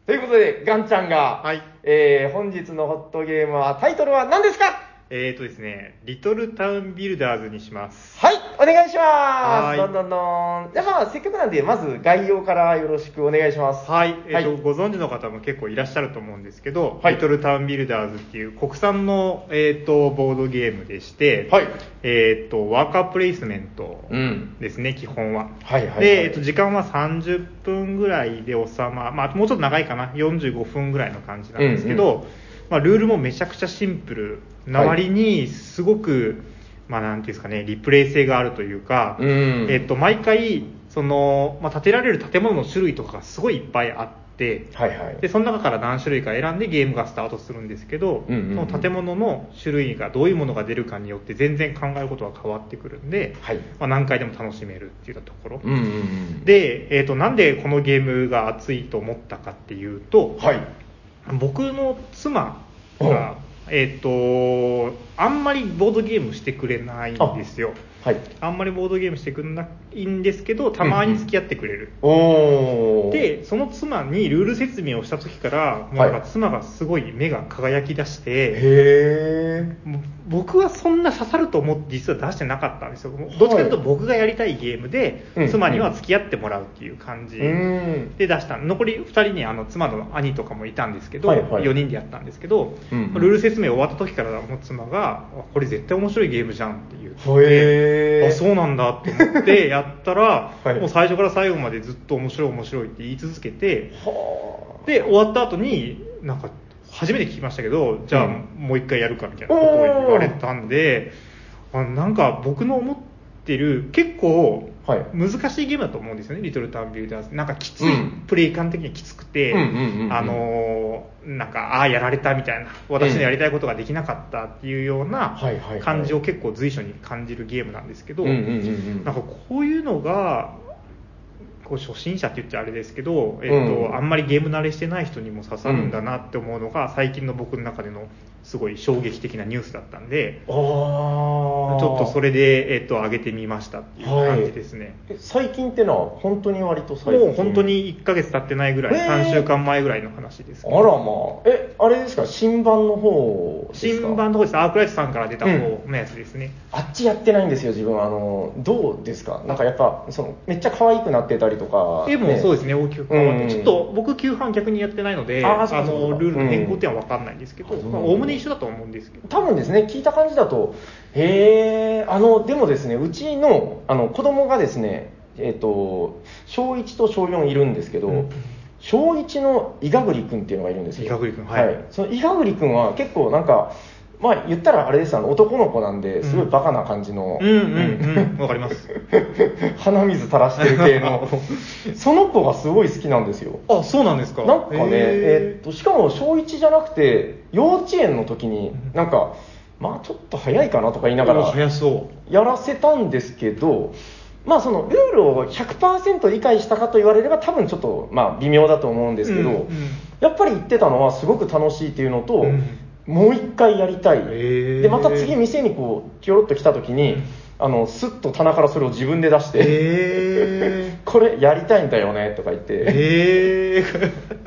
Speaker 1: ということで、ガンちゃんが、
Speaker 2: はい
Speaker 1: えー本日のホットゲームは、タイトルは何ですか
Speaker 2: えーとですね、リトルタウンビルダーズにします。
Speaker 1: はい、お願いしま
Speaker 2: は
Speaker 1: す
Speaker 2: い
Speaker 1: どんどんどん。じゃあまあ、せっかくなんで、まず概要からよろしくお願いします。
Speaker 2: はい、えーと
Speaker 1: はい
Speaker 2: ご存知の方も結構いらっしゃると思うんですけど、
Speaker 1: はい
Speaker 2: リトルタウンビルダーズっていう国産の、えー、とボードゲームでして、
Speaker 1: はい
Speaker 2: えー、とワーカープレイスメント
Speaker 1: うん。
Speaker 2: ですね、基本は。
Speaker 1: はいはい、はい。
Speaker 2: で、えっと、時間は30分ぐらいで収ま、まあ、もうちょっと長いかな、45分ぐらいの感じなんですけど、
Speaker 1: うん
Speaker 2: まあ、ルールもめちゃくちゃシンプルな割に、すごく、まあ、なんていうんですかね、リプレイ性があるというか、
Speaker 1: うん
Speaker 2: えっと、毎回、その、まあ、建てられる建物の種類とかがすごいいっぱいあって、
Speaker 1: はいはい。
Speaker 2: でその中から何種類か選んでゲームがスタートするんですけど、
Speaker 1: うんうんうん
Speaker 2: その建物の種類がどういうものが出るかによって全然考えることが変わってくるんで、
Speaker 1: はい
Speaker 2: まあ、何回でも楽しめるっていうようなところ、
Speaker 1: うんうんうん。、
Speaker 2: で、えー、となんでこのゲームが熱いと思ったかっていうと、
Speaker 1: はい。
Speaker 2: 僕の妻
Speaker 1: うん
Speaker 2: が、えー、とあんまりボードゲームしてくれないんですよ
Speaker 1: はい。
Speaker 2: あんまりボードゲームしてくれないんですけどたまに付き合ってくれる、
Speaker 1: おー。、
Speaker 2: でその妻にルール説明をした時からもうなんか妻がすごい目が輝き出して、
Speaker 1: へー。
Speaker 2: もう僕はそんな刺さると思って実は出してなかったんですよもうどっちかというと僕がやりたいゲームで、
Speaker 1: うん
Speaker 2: 妻には付き合ってもらうっていう感じ、
Speaker 1: うん。
Speaker 2: で出した残り2人にあの妻の兄とかもいたんですけど、
Speaker 1: はいはい
Speaker 2: 4人でやったんですけど、
Speaker 1: うんうん
Speaker 2: ルール説明終わった時からもう妻が「これ絶対面白いゲームじゃん」って言って、
Speaker 1: へー。
Speaker 2: あそうなんだと思ってやったら、
Speaker 1: [laughs] はい
Speaker 2: もう最初から最後までずっと面白い面白いって言い続けて
Speaker 1: は
Speaker 2: で終わった後になんか初めて聞きましたけどじゃあ
Speaker 1: うん
Speaker 2: もう一回やるかみたいなことを言われたんであなんか僕の思ってる結構
Speaker 1: ー。はい。
Speaker 2: 難しいゲームだと思うんですよね、リトルタウンビルダーズ。なんかきつい、
Speaker 1: うん
Speaker 2: プレイ感的にはきつくて、
Speaker 1: うんうんうんうん
Speaker 2: あのーなんか、ああー、やられたみたいな、私のやりたいことができなかったっていうような
Speaker 1: はいはいはい
Speaker 2: 感じを結構随所に感じるゲームなんですけど、
Speaker 1: うんうんうんうん
Speaker 2: なんかこういうのが、こう初心者って言っちゃあれですけど、えっと
Speaker 1: うん
Speaker 2: あんまりゲーム慣れしてない人にも刺さるんだなって思うのが、最近の僕の中でのすごい衝撃的なニュースだったんで、
Speaker 1: あー。ち
Speaker 2: ち
Speaker 1: ょ
Speaker 2: ょっとそれで、えっと上げてみましたっていう感じですね。
Speaker 1: え最近ってのは本当に割と最近
Speaker 2: もう本当に1ヶ月経ってないぐらい、
Speaker 1: へー
Speaker 2: 3週間前ぐらいの話です
Speaker 1: あ
Speaker 2: け
Speaker 1: らま
Speaker 2: ど、
Speaker 1: あえあれですか新版の方ですか
Speaker 2: 新版の方です、アークライトさんから出た方のやつですね。
Speaker 1: あっちやってないんですよ自分あのどうですかなんかやっぱそのめっちゃ可愛くなってたりとか
Speaker 2: 絵もそうですすね、大きく変わっ
Speaker 1: うん
Speaker 2: て、ちょっと僕、旧版逆にやってないので、
Speaker 1: あー
Speaker 2: あ
Speaker 1: そうかそうか
Speaker 2: のルールの変更点は分かんないんですけど、
Speaker 1: うん
Speaker 2: まあおおむね一緒だと思うんですけど、
Speaker 1: 多分ですね聞いた感じだとへえあのでもですねうちのあの子供がですねえっ、と小1と小4いるんですけど、
Speaker 2: うん
Speaker 1: 小一の伊賀栗君っていうのがいるんですよ。
Speaker 2: 伊賀栗君はい
Speaker 1: その伊賀栗君は結構なんか、まあ言ったらあれです、あの男の子なんで、すごいバカな感じの、
Speaker 2: うんうん [laughs] うんわかります
Speaker 1: [laughs] 鼻水垂らしてる系
Speaker 2: [laughs]
Speaker 1: の、その子がすごい好きなんですよ。
Speaker 2: あそうなんですか
Speaker 1: なんかね、えー
Speaker 2: へ
Speaker 1: っと、しかも小1じゃなくて、幼稚園の時に、なんか、まあちょっと早いかなとか言いなが
Speaker 2: お
Speaker 1: ら、
Speaker 2: 早そ
Speaker 1: やらせたんですけど、まあそのルールを100%理解したかと言われれば、多分ちょっと、まあ微妙だと思うんですけど、
Speaker 2: うんうん
Speaker 1: やっぱり言ってたのはすごく楽しいっていうのと、
Speaker 2: うん
Speaker 1: もう一回やりたい、
Speaker 2: へえ
Speaker 1: でまた次店にこう、きょろっと来た時に、あの、スッと棚からそれを自分で出し
Speaker 2: う
Speaker 1: て、
Speaker 2: へ
Speaker 1: これやりたいんだよねとか言って、
Speaker 2: えへ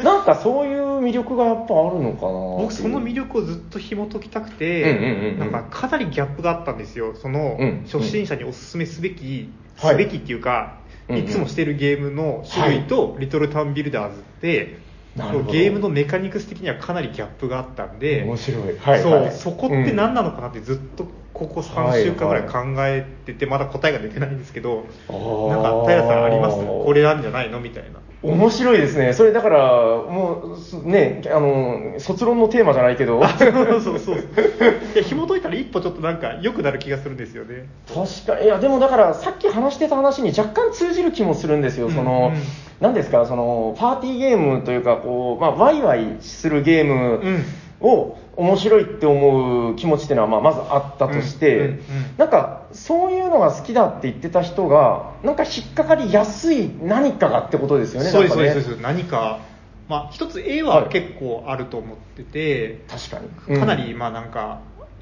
Speaker 2: え
Speaker 1: なんかそういう魅力がやっぱあるのかな
Speaker 2: [laughs] 僕その魅力をずっと紐解きたく
Speaker 1: うんうんうんう
Speaker 2: て
Speaker 1: ん
Speaker 2: なんかかなりギャップがあったんですよその
Speaker 1: うん
Speaker 2: 初心者におすすめすべき、
Speaker 1: はい
Speaker 2: すべきっていうか、
Speaker 1: うんうん
Speaker 2: いつもしてるゲームの種類と「リトルタウンビルダーズ」って、
Speaker 1: なるほど
Speaker 2: ゲームのメカニクス的にはかなりギャップがあったんで
Speaker 1: 面白いはい
Speaker 2: そう、
Speaker 1: はい
Speaker 2: そこって何なのかなってずっとここ3週間ぐらい考えてて、まだ答えが出てないんですけど
Speaker 1: あー
Speaker 2: なんか平さんありますこれなんじゃないのみたいな。 [laughs]
Speaker 1: 面白いですねそれだからもうすねあの卒論のテーマじゃないけど確
Speaker 2: そうそうそう。いや、紐解いたら一歩ちょっとなんか良くなる気がするんですよね。
Speaker 1: かいやでもだからさっき話してた話に若干通じる気もするんですよ、その
Speaker 2: うんうん
Speaker 1: 何ですかそのパーティーゲームというかこう、まあ、ワイワイするゲーム、
Speaker 2: うん
Speaker 1: を面白いって思う気持ちっていうのはまあまずあったとして、
Speaker 2: うんうんうん
Speaker 1: なんかそういうのが好きだって言ってた人がなんか引っかかりやすい何かがってことですよね
Speaker 2: そうです、そう
Speaker 1: なんか
Speaker 2: です、
Speaker 1: ね
Speaker 2: そうです。何か、まあ、一つ A
Speaker 1: は
Speaker 2: はい結構あると思ってて、
Speaker 1: 確かに
Speaker 2: かな
Speaker 1: う
Speaker 2: り、
Speaker 1: ん
Speaker 2: まあなんか、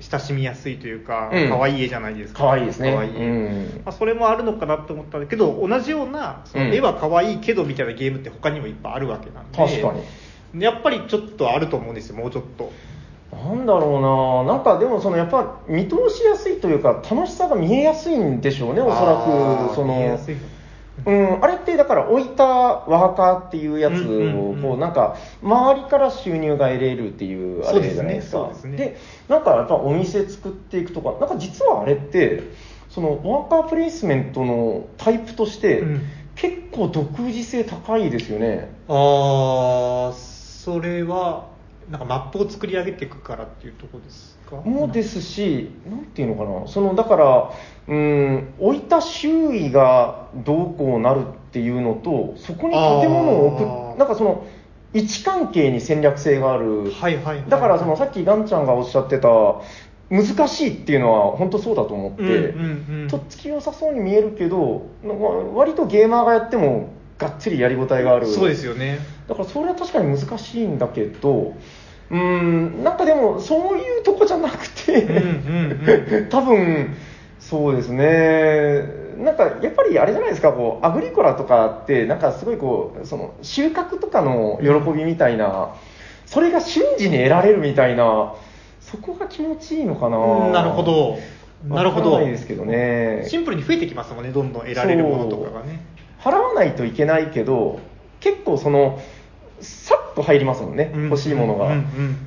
Speaker 2: 親しみやすいというか、
Speaker 1: うん
Speaker 2: 可愛い絵じゃないですか。
Speaker 1: 可愛いですね
Speaker 2: 可愛い絵
Speaker 1: うん
Speaker 2: まあ、それもあるのかなと思ったんだけど、同じような、その
Speaker 1: うん
Speaker 2: 絵は可愛いけどみたいなゲームって他にもいっぱいあるわけなんで、
Speaker 1: 確か
Speaker 2: に。やっぱりちょっとあると思うんですよ、もうちょっと。
Speaker 1: なんだろうななんかでもそのやっぱ見通しやすいというか楽しさが見えやすいんでしょうねおそら
Speaker 2: あ
Speaker 1: く
Speaker 2: ー
Speaker 1: その
Speaker 2: 見えやすいの
Speaker 1: うん、あれってだから置いたワーカーっていうやつ
Speaker 2: うん
Speaker 1: を
Speaker 2: うんうん
Speaker 1: こうなんか周りから収入が得れるっていうあ
Speaker 2: そう
Speaker 1: れ
Speaker 2: ですね
Speaker 1: じゃないです
Speaker 2: そ
Speaker 1: か
Speaker 2: うですね
Speaker 1: なんかやっぱお店作っていくとかなんか実はあれってそのワーカープレイスメントのタイプとして
Speaker 2: うん
Speaker 1: 結構独自性高いですよね、
Speaker 2: ああそれはなんかマップを作り上げていくからっていうところですか
Speaker 1: もですし、なんていうのかな、そのだから、うん、置いた周囲がどうこうなるっていうのと、そこに建物を置
Speaker 2: あ
Speaker 1: く、
Speaker 2: ー
Speaker 1: なんかその、位置関係に戦略性がある、
Speaker 2: はいはいはい
Speaker 1: だからそのさっきガンちゃんがおっしゃってた、難しいっていうのは、本当そうだと思って、
Speaker 2: うんうんうん
Speaker 1: とっつき良さそうに見えるけど、なんか割とゲーマーがやっても、がっつりやりごたえがある。
Speaker 2: そうですよね
Speaker 1: だからそれは確かに難しいんだけどうーんなんかでもそういうとこじゃなくて、
Speaker 2: うんうん
Speaker 1: 多分そうですねなんかやっぱりあれじゃないですかこうアグリコラとかってなんかすごいこうその収穫とかの喜びみたいなそれが瞬時に得られるみたいなそこが気持ちいいのかな、
Speaker 2: うんなるほどなるほ
Speaker 1: わ
Speaker 2: ど
Speaker 1: からないですけどね
Speaker 2: シンプルに増えてきますもんねどんどん得られるものとかがね
Speaker 1: 払わないといけないけど結構そのさっと入りますもんね、
Speaker 2: うん
Speaker 1: 欲しいものが
Speaker 2: う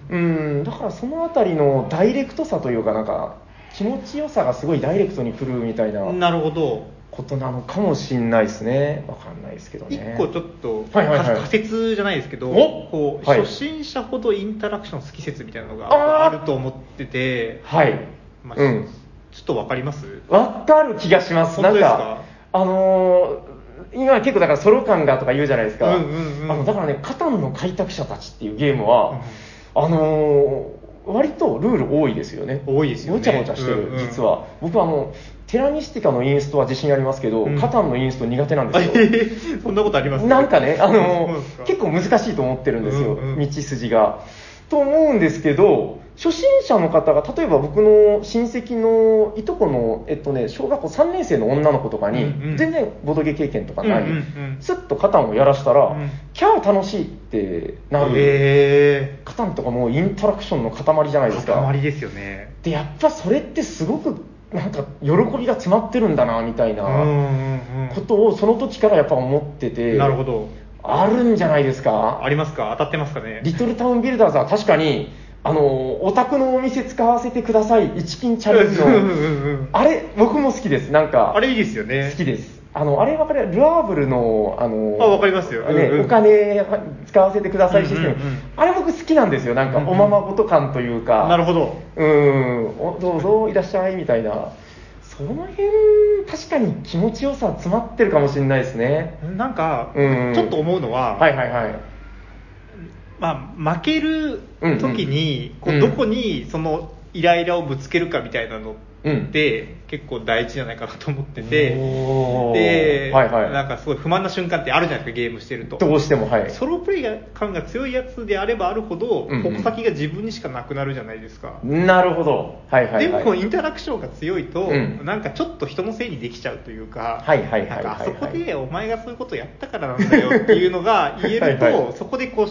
Speaker 1: うんん、だからそのあたりのダイレクトさというかなんか気持ちよさがすごいダイレクトに来るみたいな
Speaker 2: なるほど
Speaker 1: ことなのかもしんないですねわかんないですけど
Speaker 2: 一
Speaker 1: ね
Speaker 2: 個ちょっと
Speaker 1: はいはいはい
Speaker 2: 仮説じゃないですけど、
Speaker 1: お
Speaker 2: こう
Speaker 1: はい
Speaker 2: 初心者ほどインタラクション好き説みたいなの
Speaker 1: あー
Speaker 2: があると思ってて、
Speaker 1: はい、
Speaker 2: まあ
Speaker 1: うん
Speaker 2: ちょっとわかります
Speaker 1: わかる気がしますな
Speaker 2: 本
Speaker 1: ん
Speaker 2: 当ですか
Speaker 1: かあのー今結構だからソロ感がとか言うじゃないですか、
Speaker 2: うんうんうん
Speaker 1: あのだからね「カタンの開拓者たち」っていうゲームは、あのー割とルール多いですよね
Speaker 2: 多いですよね
Speaker 1: ごちゃごちゃしてる、
Speaker 2: うんうん
Speaker 1: 実は僕はあのテラミスティカのインストは自信ありますけど、
Speaker 2: うん
Speaker 1: カタンのインスト苦手なん
Speaker 2: あ [laughs]
Speaker 1: ですよ
Speaker 2: ええそんなことあります
Speaker 1: なんかね、あの
Speaker 2: そうで
Speaker 1: 結
Speaker 2: すか
Speaker 1: 構難しいと思ってるんですよ、
Speaker 2: うんうん
Speaker 1: 道筋が。と思うんですけど、初心者の方が、例えば僕の親戚のいとこの、えっとね、小学校3年生の女の子とかに、
Speaker 2: うんうん
Speaker 1: 全然ボドゲ経験とかない、
Speaker 2: うんうんうん
Speaker 1: スッとカタンをやらしたら、
Speaker 2: うん
Speaker 1: キャー楽しいってなる、
Speaker 2: え
Speaker 1: カタンとかもうインタラクションの塊じゃないですか。
Speaker 2: 塊ですよね
Speaker 1: で、やっぱそれってすごく、なんか、喜びが詰まってるんだな、みたいな。
Speaker 2: うんうん
Speaker 1: こ
Speaker 2: う
Speaker 1: とをその時からやっぱ思ってて、
Speaker 2: んなるほど
Speaker 1: あるんじゃないですか
Speaker 2: ありますか当たってますかね
Speaker 1: リトルタウンビルダーズは確かにあのお宅のお店使わせてください一金チャレンジ
Speaker 2: うんうんうんう
Speaker 1: の
Speaker 2: ん
Speaker 1: あれ僕も好きですなんか
Speaker 2: あれいいですよね
Speaker 1: 好きですあの、あれわかるルアーブルの、あの、
Speaker 2: あわかりますようん
Speaker 1: ね
Speaker 2: うん
Speaker 1: お金は使わせてくださいシステム、
Speaker 2: うんうんうん
Speaker 1: あれ僕好きなんですよ。なんか、
Speaker 2: うんうん
Speaker 1: おままごと感というか。
Speaker 2: なるほど
Speaker 1: うん、おどうぞいらっしゃいみたいな。その辺、確かに気持ちよさ詰まってるかもしれないですね。
Speaker 2: なんか、
Speaker 1: うん
Speaker 2: ちょっと思うのは、
Speaker 1: はいはいはい。
Speaker 2: まあ、負ける時に、
Speaker 1: うんうん
Speaker 2: こうどこにそのイライラをぶつけるかみたいなのって、結構大事じゃないかなと思ってて
Speaker 1: おー
Speaker 2: で、
Speaker 1: はいはい
Speaker 2: なんかすごい不満な瞬間ってあるじゃないですかゲームしてると
Speaker 1: どうしても、はい。
Speaker 2: ソロプレイ感が強いやつであればあるほど、
Speaker 1: うんうん
Speaker 2: 矛先が自分にしかなくなるじゃないですか、
Speaker 1: なるほど。はいはい、はい。
Speaker 2: でもこうインタラクションが強いと、
Speaker 1: うん
Speaker 2: なんかちょっと人のせいにできちゃうというか、
Speaker 1: はいはいはいは
Speaker 2: ないんかあそこでお前がそういうことやったからなんだよっていうのが言える
Speaker 1: [laughs]
Speaker 2: と
Speaker 1: はいはい
Speaker 2: そこでこう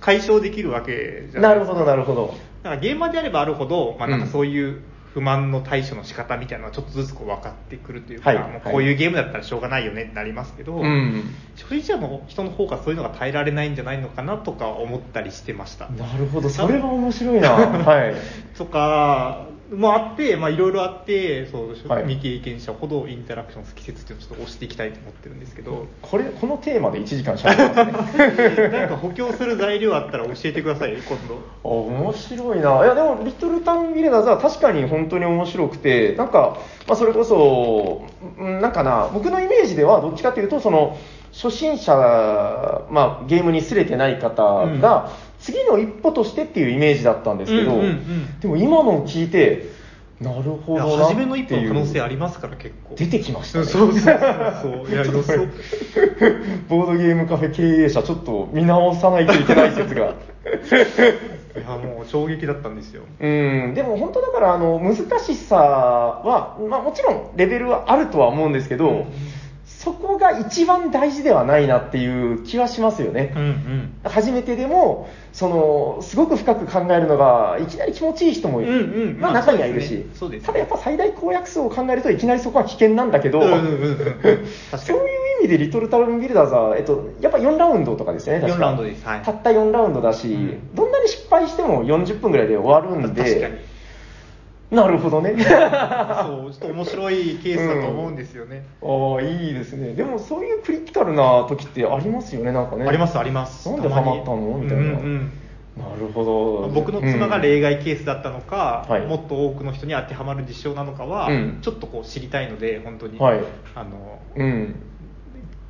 Speaker 2: 解消できるわけじゃな
Speaker 1: ない
Speaker 2: で
Speaker 1: る
Speaker 2: すか
Speaker 1: ほど、なるほど。
Speaker 2: なんかゲーマーであればあるほど、まあ、なんか
Speaker 1: うん
Speaker 2: そういう不満の対処の仕方みたいなのはちょっとずつこう分かってくるというか、
Speaker 1: はい
Speaker 2: もうこういうゲームだったらしょうがないよねってなりますけど、
Speaker 1: うん。
Speaker 2: 初心者の人の方がそういうのが耐えられないんじゃないのかなとか思ったりしてました。
Speaker 1: なるほど、それは面白いな。 [laughs] はい。
Speaker 2: とかもあって、まあ、いろいろあってそう、
Speaker 1: はい
Speaker 2: 未経験者ほどインタラクション好き説っていうのをちょっと押していきたいと思ってるんです
Speaker 1: [laughs]
Speaker 2: けど
Speaker 1: これ、このテーマで1時間しゃべってますね。
Speaker 2: なんか補強する材料あったら教えてください今度
Speaker 1: あ [laughs] 面白いな。いや、でも、リトルタウンビレナーズは確かに本当に面白くて、なんか、まあ、それこそ、うんなんかな、僕のイメージではどっちかというと、その、初心者、まあ、ゲームにすれてない方が、次の一歩としてっていうイメージだったんですけど、
Speaker 2: うんうんうん
Speaker 1: でも今のを聞いて、なる
Speaker 2: い
Speaker 1: ほ
Speaker 2: や
Speaker 1: どなっていう。
Speaker 2: 初めの一歩の可能性ありますから結構
Speaker 1: 出てきましたね
Speaker 2: そう [laughs] そうそうそういや予
Speaker 1: [laughs]
Speaker 2: 想
Speaker 1: ボードゲームカフェ経営者、ちょっと見直さないといけない説が。
Speaker 2: いやもう衝撃だったんですよ
Speaker 1: [laughs] うん、でも本当だから、あの、難しさは、まあもちろんレベルはあるとは思うんですけど、
Speaker 2: うん
Speaker 1: そこが一番大事ではないなっていう気はしますよね。
Speaker 2: うんうん
Speaker 1: 初めてでも、その、すごく深く考えるのが、いきなり気持ちいい人もいる。
Speaker 2: うんうん
Speaker 1: まあ
Speaker 2: まあ
Speaker 1: 中にはいるし、
Speaker 2: そうですねそうですね
Speaker 1: ただやっぱ最大公約数を考えると、いきなりそこは危険なんだけど、
Speaker 2: うんうんうんうん確かに
Speaker 1: そういう意味で、リトルタウンビルダーズは、えっと、やっぱ4ラウンドとかですよね、確か
Speaker 2: 4ラウンドですはい
Speaker 1: たった4ラウンドだし、
Speaker 2: うん
Speaker 1: どんなに失敗しても40分ぐらいで終わるんで、
Speaker 2: 確かに
Speaker 1: なるほど
Speaker 2: [laughs]
Speaker 1: ね。
Speaker 2: そうちょっと面白いケースだと思うんですよね、
Speaker 1: ああ、いいですね。でもそういうクリティカルな時ってありますよね、なんかね。
Speaker 2: ありますあります
Speaker 1: なんでハマったのみたいな。
Speaker 2: うんうん
Speaker 1: なるほど。
Speaker 2: 僕の妻が
Speaker 1: うん
Speaker 2: 例外ケースだったのか、
Speaker 1: はい
Speaker 2: もっと多くの人に当てはまる事象なのかは、
Speaker 1: うん
Speaker 2: ちょっとこう知りたいので本当に、
Speaker 1: はい
Speaker 2: あの
Speaker 1: うん。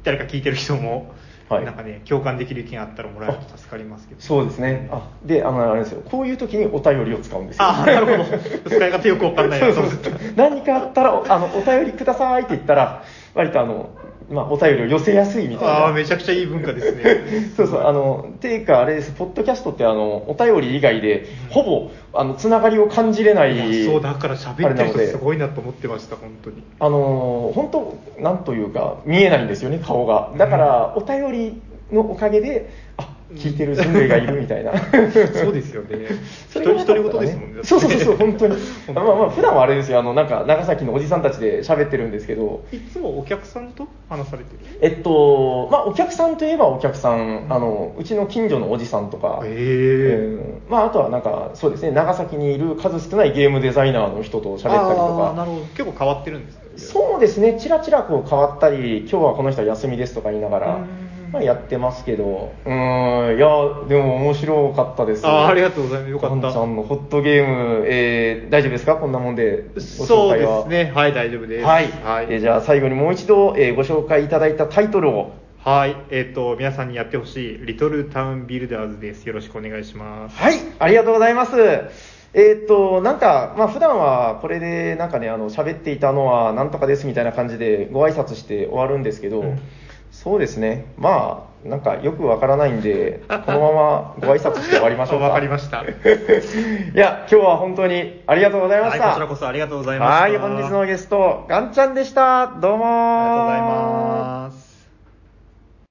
Speaker 2: 誰か聞いてる人も、
Speaker 1: はい
Speaker 2: なんかね共感できる意見あったらもらえると助かりますけど
Speaker 1: そうですね。あ、で、あの、あれですよ。こういう時にお便りを使うんですよ。
Speaker 2: あなるほど使い方よくわかんな
Speaker 1: [laughs]
Speaker 2: い
Speaker 1: そう
Speaker 2: な
Speaker 1: そうそう。何かあったら、あの、お便りくださいって言ったら、割とあの、まあ、お便りを寄せやすいみたいな。
Speaker 2: ああめちゃくちゃいい文化ですね
Speaker 1: そうそう、あの、ていうかあれです、ポッドキャストってあの、お便り以外で、ほぼ、あの、つながりを感じれないい。
Speaker 2: やそうだから喋って
Speaker 1: あ
Speaker 2: る
Speaker 1: れなので
Speaker 2: 人すごいなと思ってました本
Speaker 1: [laughs]
Speaker 2: 当に
Speaker 1: あのー本当、なんというか、見えないんですよね、顔が。だから、お便りのおかげで、あ聞いてる人類がいるみたいな。
Speaker 2: そうですよね一人一人ごとですもんねだっ
Speaker 1: [laughs]
Speaker 2: て
Speaker 1: そうそうそうそう、本当
Speaker 2: [laughs]
Speaker 1: に。あまあまあ、普段はあれですよ、あの、なんか、長崎のおじさんたちで喋ってるんですけど、
Speaker 2: いつもお客さんと話されてる
Speaker 1: えっと、まあ、お客さんといえばお客さん、あの、うちの近所のおじさんとか、
Speaker 2: え
Speaker 1: うんまあ、あとはなんか、そうですね、長崎にいる数少ないゲームデザイナーの人と喋ったりと
Speaker 2: あー
Speaker 1: か
Speaker 2: な、るほど結構変わってるんですね
Speaker 1: そうですね、ちらちらこう変わったり、今日はこの人は休みですとか言いなが
Speaker 2: う
Speaker 1: ら
Speaker 2: ん、
Speaker 1: まあ、やってますけど、うーん、いや、でも面白かったです、
Speaker 2: あーありが
Speaker 1: と
Speaker 2: とうございます。よかっ
Speaker 1: ちゃん
Speaker 2: た。
Speaker 1: のホットゲーム、えー大丈夫ですか、こんなもんで、ご紹
Speaker 2: そう
Speaker 1: 介
Speaker 2: で
Speaker 1: は
Speaker 2: す。ね。はい、大丈夫です。
Speaker 1: はい、
Speaker 2: はい。
Speaker 1: えーじゃあ最後にもう一度、えーご紹介いただいたタイトルを、
Speaker 2: はい。えっ、と、皆さんにやってほしい、リトルタウンビルダーズです。よろしくお願いします。
Speaker 1: はい、ありがとうございます。えーっと、なんか、まあ、普段はこれで、なんかね、あの、喋っていたのは、なんとかですみたいな感じで、ご挨拶して終わるんですけど、
Speaker 2: うん
Speaker 1: そうですね、まあ、なんか、よくわからないんで、このままご挨拶して終わりましょうか。
Speaker 2: [laughs] わかりました。はい、
Speaker 1: いや、今日は本当にありがとうございま
Speaker 2: こ
Speaker 1: し
Speaker 2: ち
Speaker 1: た。
Speaker 2: らこそありがとうございました。
Speaker 1: はい、本日のゲスト、ガンちゃんでした。どうも
Speaker 2: ありがとうございます。